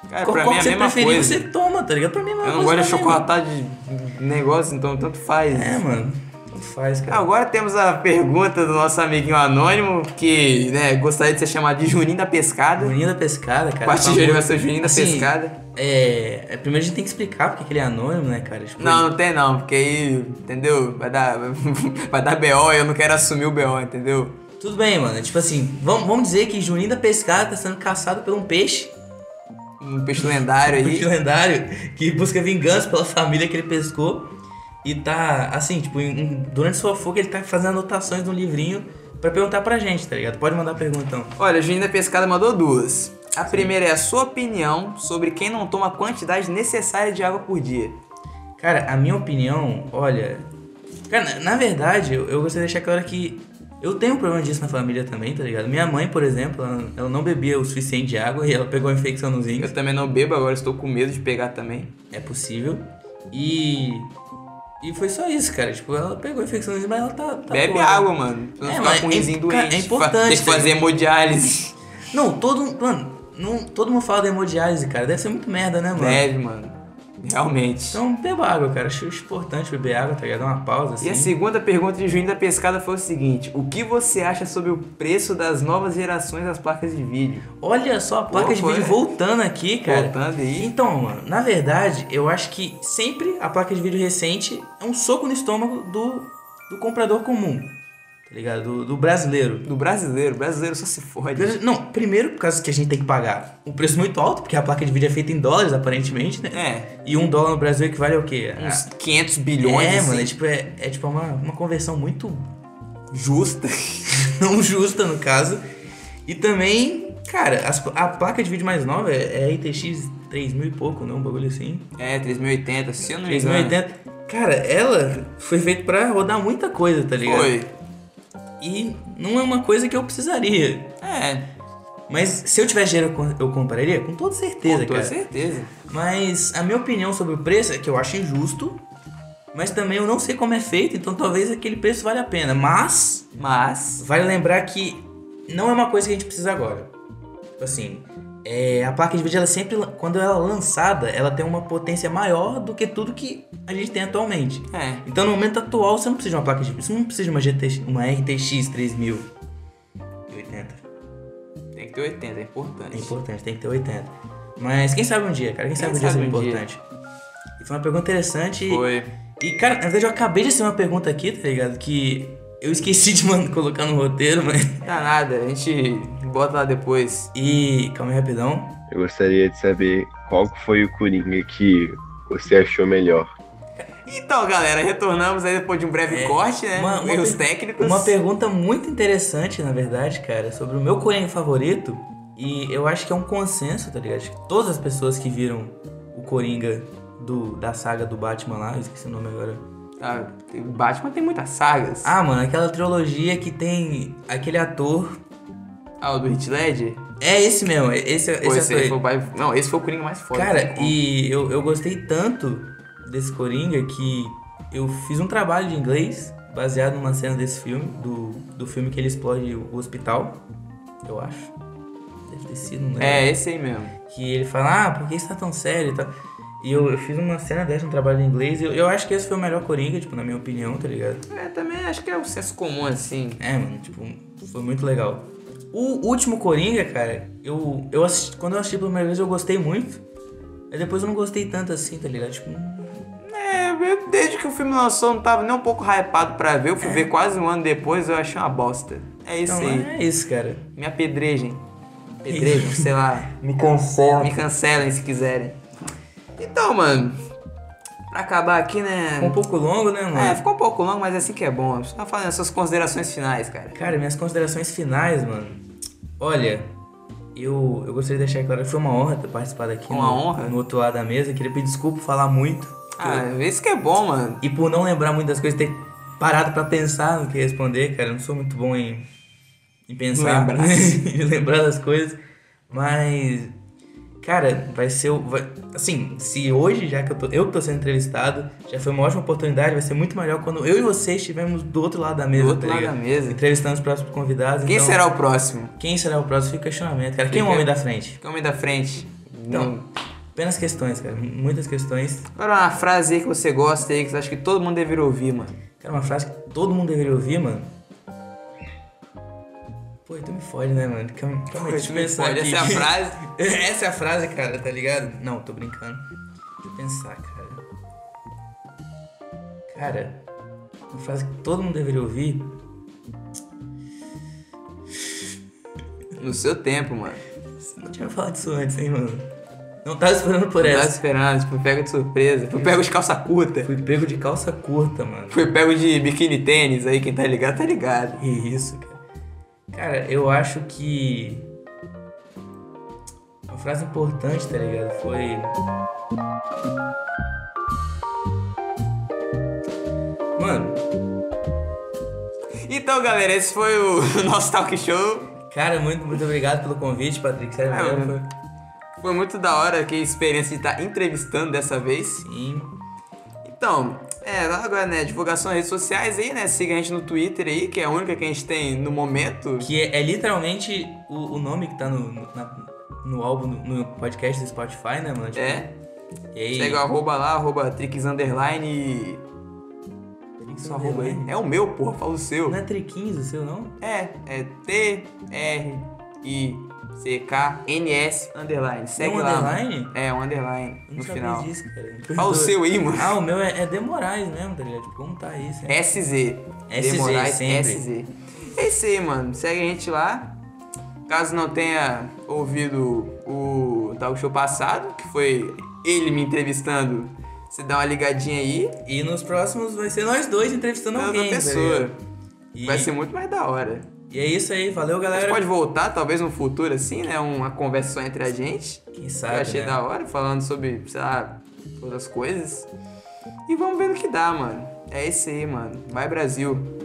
S1: Cara,
S2: Qual-
S1: pra
S2: qual
S1: mim é a
S2: que você
S1: mesma
S2: preferir,
S1: coisa.
S2: você toma, tá ligado? Pra mim é a mesma
S1: Eu não
S2: coisa
S1: gosto de
S2: também, mano.
S1: chocolatado de negócio, então tanto faz. É,
S2: mano. Tanto faz, cara.
S1: Agora temos a pergunta do nosso amiguinho anônimo, que né, gostaria de ser chamado de Juninho da Pescada.
S2: Juninho da Pescada, cara.
S1: A partir de hoje vai ser o
S2: famoso.
S1: Juninho da
S2: Assim,
S1: Pescada.
S2: É, é, primeiro a gente tem que explicar porque que ele é anônimo, né, cara? Tipo,
S1: Não, não tem não, porque aí, entendeu? Vai dar, vai dar BO e eu não quero assumir o BO, entendeu?
S2: Tudo bem, mano. Tipo assim, vamos, vamos dizer que Juninho da Pescada tá sendo caçado por um peixe.
S1: Um peixe lendário
S2: um
S1: aí.
S2: peixe lendário que busca vingança pela família que ele pescou. E tá, assim, tipo, em- em- durante sua fuga ele tá fazendo anotações no livrinho pra perguntar pra gente, tá ligado? Pode mandar perguntão.
S1: Olha, o Juninho da Pescada mandou duas. A primeira é a sua opinião sobre quem não toma a quantidade necessária de água por dia.
S2: Cara, a minha opinião, olha. Cara, na, na verdade, eu, eu gostaria de deixar claro que eu tenho um problema disso na família também, tá ligado? Minha mãe, por exemplo, ela, ela não bebia o suficiente de água e ela pegou uma infecção nos rins.
S1: Eu também não bebo, agora estou com medo de pegar também.
S2: É possível. E. E foi só isso, cara. Tipo, ela pegou a infecção, mas ela tá. tá
S1: Bebe
S2: boa.
S1: água, mano. Pra não
S2: É,
S1: ficar
S2: mas
S1: com o
S2: é
S1: risinho
S2: impo- cara,
S1: doente.
S2: é importante,
S1: Tem que
S2: tá
S1: fazer
S2: ligado?
S1: hemodiálise.
S2: Não, todo. Mano, não, todo mundo fala da hemodiálise, cara. Deve ser muito merda, né, mano?
S1: Deve, mano. Realmente.
S2: Então, beba água, cara. Acho importante beber água, tá ligado? Dá uma pausa, assim.
S1: E a segunda pergunta de Juninho da Pescada foi o seguinte: O que você acha sobre o preço das novas gerações das placas de vídeo?
S2: Olha só a placa de vídeo voltando aqui, cara.
S1: Voltando aí.
S2: Então, mano, na verdade, eu acho que sempre a placa de vídeo recente é um soco no estômago do, do comprador comum. Tá ligado? Do, do brasileiro.
S1: Do brasileiro. O brasileiro só se fode.
S2: Não, primeiro por causa que a gente tem que pagar um preço muito alto, porque a placa de vídeo é feita em dólares, aparentemente, né?
S1: É.
S2: E um dólar no Brasil equivale ao quê?
S1: Uns
S2: A-
S1: 500 bilhões.
S2: É,
S1: assim.
S2: mano, é tipo, é, é tipo uma, uma conversão muito
S1: Justa.
S2: não justa, no caso. E também, cara, as- a placa de vídeo mais nova é, é ITX 3000 e pouco, não? Um bagulho assim.
S1: É, 3080, se eu não me engano.
S2: 3080. Cara, ela foi feita pra rodar muita coisa, tá ligado?
S1: Foi.
S2: E não é uma coisa que eu precisaria.
S1: É.
S2: Mas se eu tivesse dinheiro, eu com- eu compraria? Com toda certeza,
S1: Com toda
S2: cara.
S1: certeza.
S2: Mas a minha opinião sobre o preço é que eu acho injusto. Mas também eu não sei como é feito, então talvez aquele preço valha a pena. Mas.
S1: Mas.
S2: Vale lembrar que não é uma coisa que a gente precisa agora. Tipo assim. é, a placa de vídeo, ela sempre. lan- Quando ela é lançada, ela tem uma potência maior do que tudo que a gente tem atualmente.
S1: É.
S2: Então no momento atual você não precisa de uma placa de vídeo. Você não precisa de uma, GTX, uma RTX 3080.
S1: Tem que ter 80, é importante.
S2: É importante, tem que ter 80. Mas quem sabe um dia, cara? Quem sabe um dia
S1: sabe
S2: seja
S1: um dia.
S2: importante. E foi uma pergunta interessante. e-
S1: Foi.
S2: E, cara, na verdade eu acabei de ser uma pergunta aqui, tá ligado? Que eu esqueci de man- colocar no roteiro, mas.
S1: Tá nada, a gente bota lá depois.
S2: E. Calma aí, rapidão.
S13: Eu gostaria de saber qual que foi o Coringa que você achou melhor.
S1: Então, galera, retornamos aí depois de um breve corte, né?
S2: uma- uma
S1: Erros
S2: per-
S1: técnicos.
S2: Uma pergunta muito interessante, na verdade, cara, sobre o meu Coringa favorito. E eu acho que é um consenso, tá ligado? Acho que todas as pessoas que viram o Coringa do, da saga do Batman lá, eu esqueci o nome agora.
S1: Ah, tem- Batman tem muitas sagas.
S2: Ah, mano, aquela trilogia que tem aquele ator.
S1: Ah, o do Heath Ledger?
S2: É esse mesmo, é- esse, esse
S1: Pô,
S2: ator.
S1: esse aí foi um o pai- Não, esse foi o Coringa mais foda. não tem
S2: Cara,
S1: como.
S2: e eu, eu gostei tanto desse Coringa que eu fiz um trabalho de inglês baseado numa cena desse filme, do, do filme que ele explode o hospital, eu acho. Deve ter sido, não lembro.
S1: É, esse aí mesmo.
S2: Que ele fala, ah, por que isso tá tão sério e tal. E eu, eu fiz uma cena dessa, um trabalho em inglês. e Eu, eu acho que esse foi o melhor Coringa, tipo, na minha opinião, tá ligado?
S1: É, também acho que é o senso comum, assim.
S2: É, mano, tipo, foi muito legal. O último Coringa, cara, eu, eu assisti- quando eu assisti pela primeira vez eu gostei muito. Aí depois eu não gostei tanto assim, tá ligado? Tipo,
S1: É, eu- desde que o filme lançou, eu não tava nem um pouco hypado pra ver. Eu fui ver quase um ano depois, eu achei uma bosta. É isso
S2: Então,
S1: aí.
S2: é isso, cara.
S1: Me apedrejem. Apedrejem, sei lá. Me cancelem. Me cancelem se quiserem. Então, mano. Pra acabar aqui, né?
S2: Ficou um pouco longo, né, mano?
S1: É, ficou um pouco longo, mas é assim que é bom. Você tá fazendo as suas considerações finais, cara.
S2: Cara, minhas considerações finais, mano. Olha, eu, eu gostaria de deixar claro que foi uma honra ter participado aqui
S1: Uma
S2: no,
S1: honra?
S2: no outro lado da mesa. Queria pedir desculpa por falar muito.
S1: Ah, isso que é bom, mano.
S2: E por não lembrar muitas coisas, ter parado pra pensar no que responder, cara. Eu não sou muito bom em, em pensar.
S1: Lembrar.
S2: em lembrar das coisas. Mas, cara, vai ser. o- Vai, assim, se hoje, já que eu tô, eu tô sendo entrevistado, já foi uma ótima oportunidade, vai ser muito melhor quando eu e você estivermos do outro lado da mesa.
S1: Do outro
S2: tá
S1: lado
S2: ligado?
S1: da mesa.
S2: Entrevistando os próximos convidados.
S1: Quem
S2: então-
S1: será o próximo?
S2: Quem será o próximo? Fica o questionamento, cara. Quem é o
S1: Fica-
S2: homem da frente?
S1: Quem é o homem da frente? Hum.
S2: Então, apenas questões, cara. Muitas questões.
S1: Agora uma frase aí que você gosta aí, que você acha que todo mundo deveria ouvir, mano.
S2: Cara, uma frase que todo mundo deveria ouvir, mano. Pô, tu me fode, né, mano? Calma, calma aí,
S1: Pô,
S2: deixa
S1: tu
S2: eu
S1: me
S2: pensar
S1: fode.
S2: aqui.
S1: Essa é a frase?
S2: Essa é a frase, cara, tá ligado? Não, tô brincando. Deixa eu pensar, cara. Cara, uma frase que todo mundo deveria ouvir.
S1: No seu tempo, mano.
S2: Você não tinha falado disso antes, hein, mano? Não tava esperando por essa.
S1: Não tava esperando, tipo, pego de surpresa. Fui pego de calça curta.
S2: Fui pego de calça curta, mano.
S1: Fui pego de biquíni tênis aí, quem tá ligado, tá ligado.
S2: Isso, cara. Cara, eu acho que. Uma frase importante, tá ligado? Foi. Mano.
S1: Então, galera, esse foi o nosso talk show.
S2: Cara, muito, muito obrigado pelo convite, Patrick. Sério,
S1: É,
S2: mesmo,
S1: mano. Foi muito da hora que a experiência de estar entrevistando dessa vez.
S2: Sim.
S1: Então, é, agora, né, divulgação nas redes sociais aí, né? Siga a gente no Twitter aí, que é a única que a gente tem no momento.
S2: Que é, é literalmente o, o nome que tá no, no, na- no álbum, no, no podcast do Spotify, né, mano?
S1: É.
S2: E aí?
S1: Segue o arroba lá, arroba Trix Underline. Trix arroba aí. É o meu, porra, fala o seu.
S2: um né? Não é Triquins o seu, não?
S1: É, é T-R-I-C-K-N-S Underline. Segue
S2: um
S1: lá.
S2: underline?
S1: É, um underline
S2: Eu não
S1: no
S2: sabia
S1: final.
S2: disso, cara. Me
S1: Fala o
S2: perdoa.
S1: seu aí, mano.
S2: Ah, o meu é, é Demorais mesmo, tá ligado? Tipo, como tá aí? sempre.
S1: SZ.
S2: SZ,
S1: Demorais
S2: sempre.
S1: SZ. É isso aí, mano. Segue a gente lá. Caso não tenha ouvido o talk show passado, que foi ele me entrevistando, você dá uma ligadinha aí. é
S2: E nos próximos vai ser nós dois entrevistando
S1: Outra
S2: alguém, tá
S1: pessoa.
S2: ligado? E-
S1: Vai ser muito mais da hora.
S2: E é isso aí, valeu,
S1: A
S2: galera.
S1: gente pode voltar, talvez, no futuro, assim, né? Uma conversa só entre a gente.
S2: Quem sabe,
S1: Eu achei
S2: né?
S1: da hora, falando sobre, sei lá, outras coisas. E vamos ver no que dá, mano. É isso aí, mano. Vai, Brasil.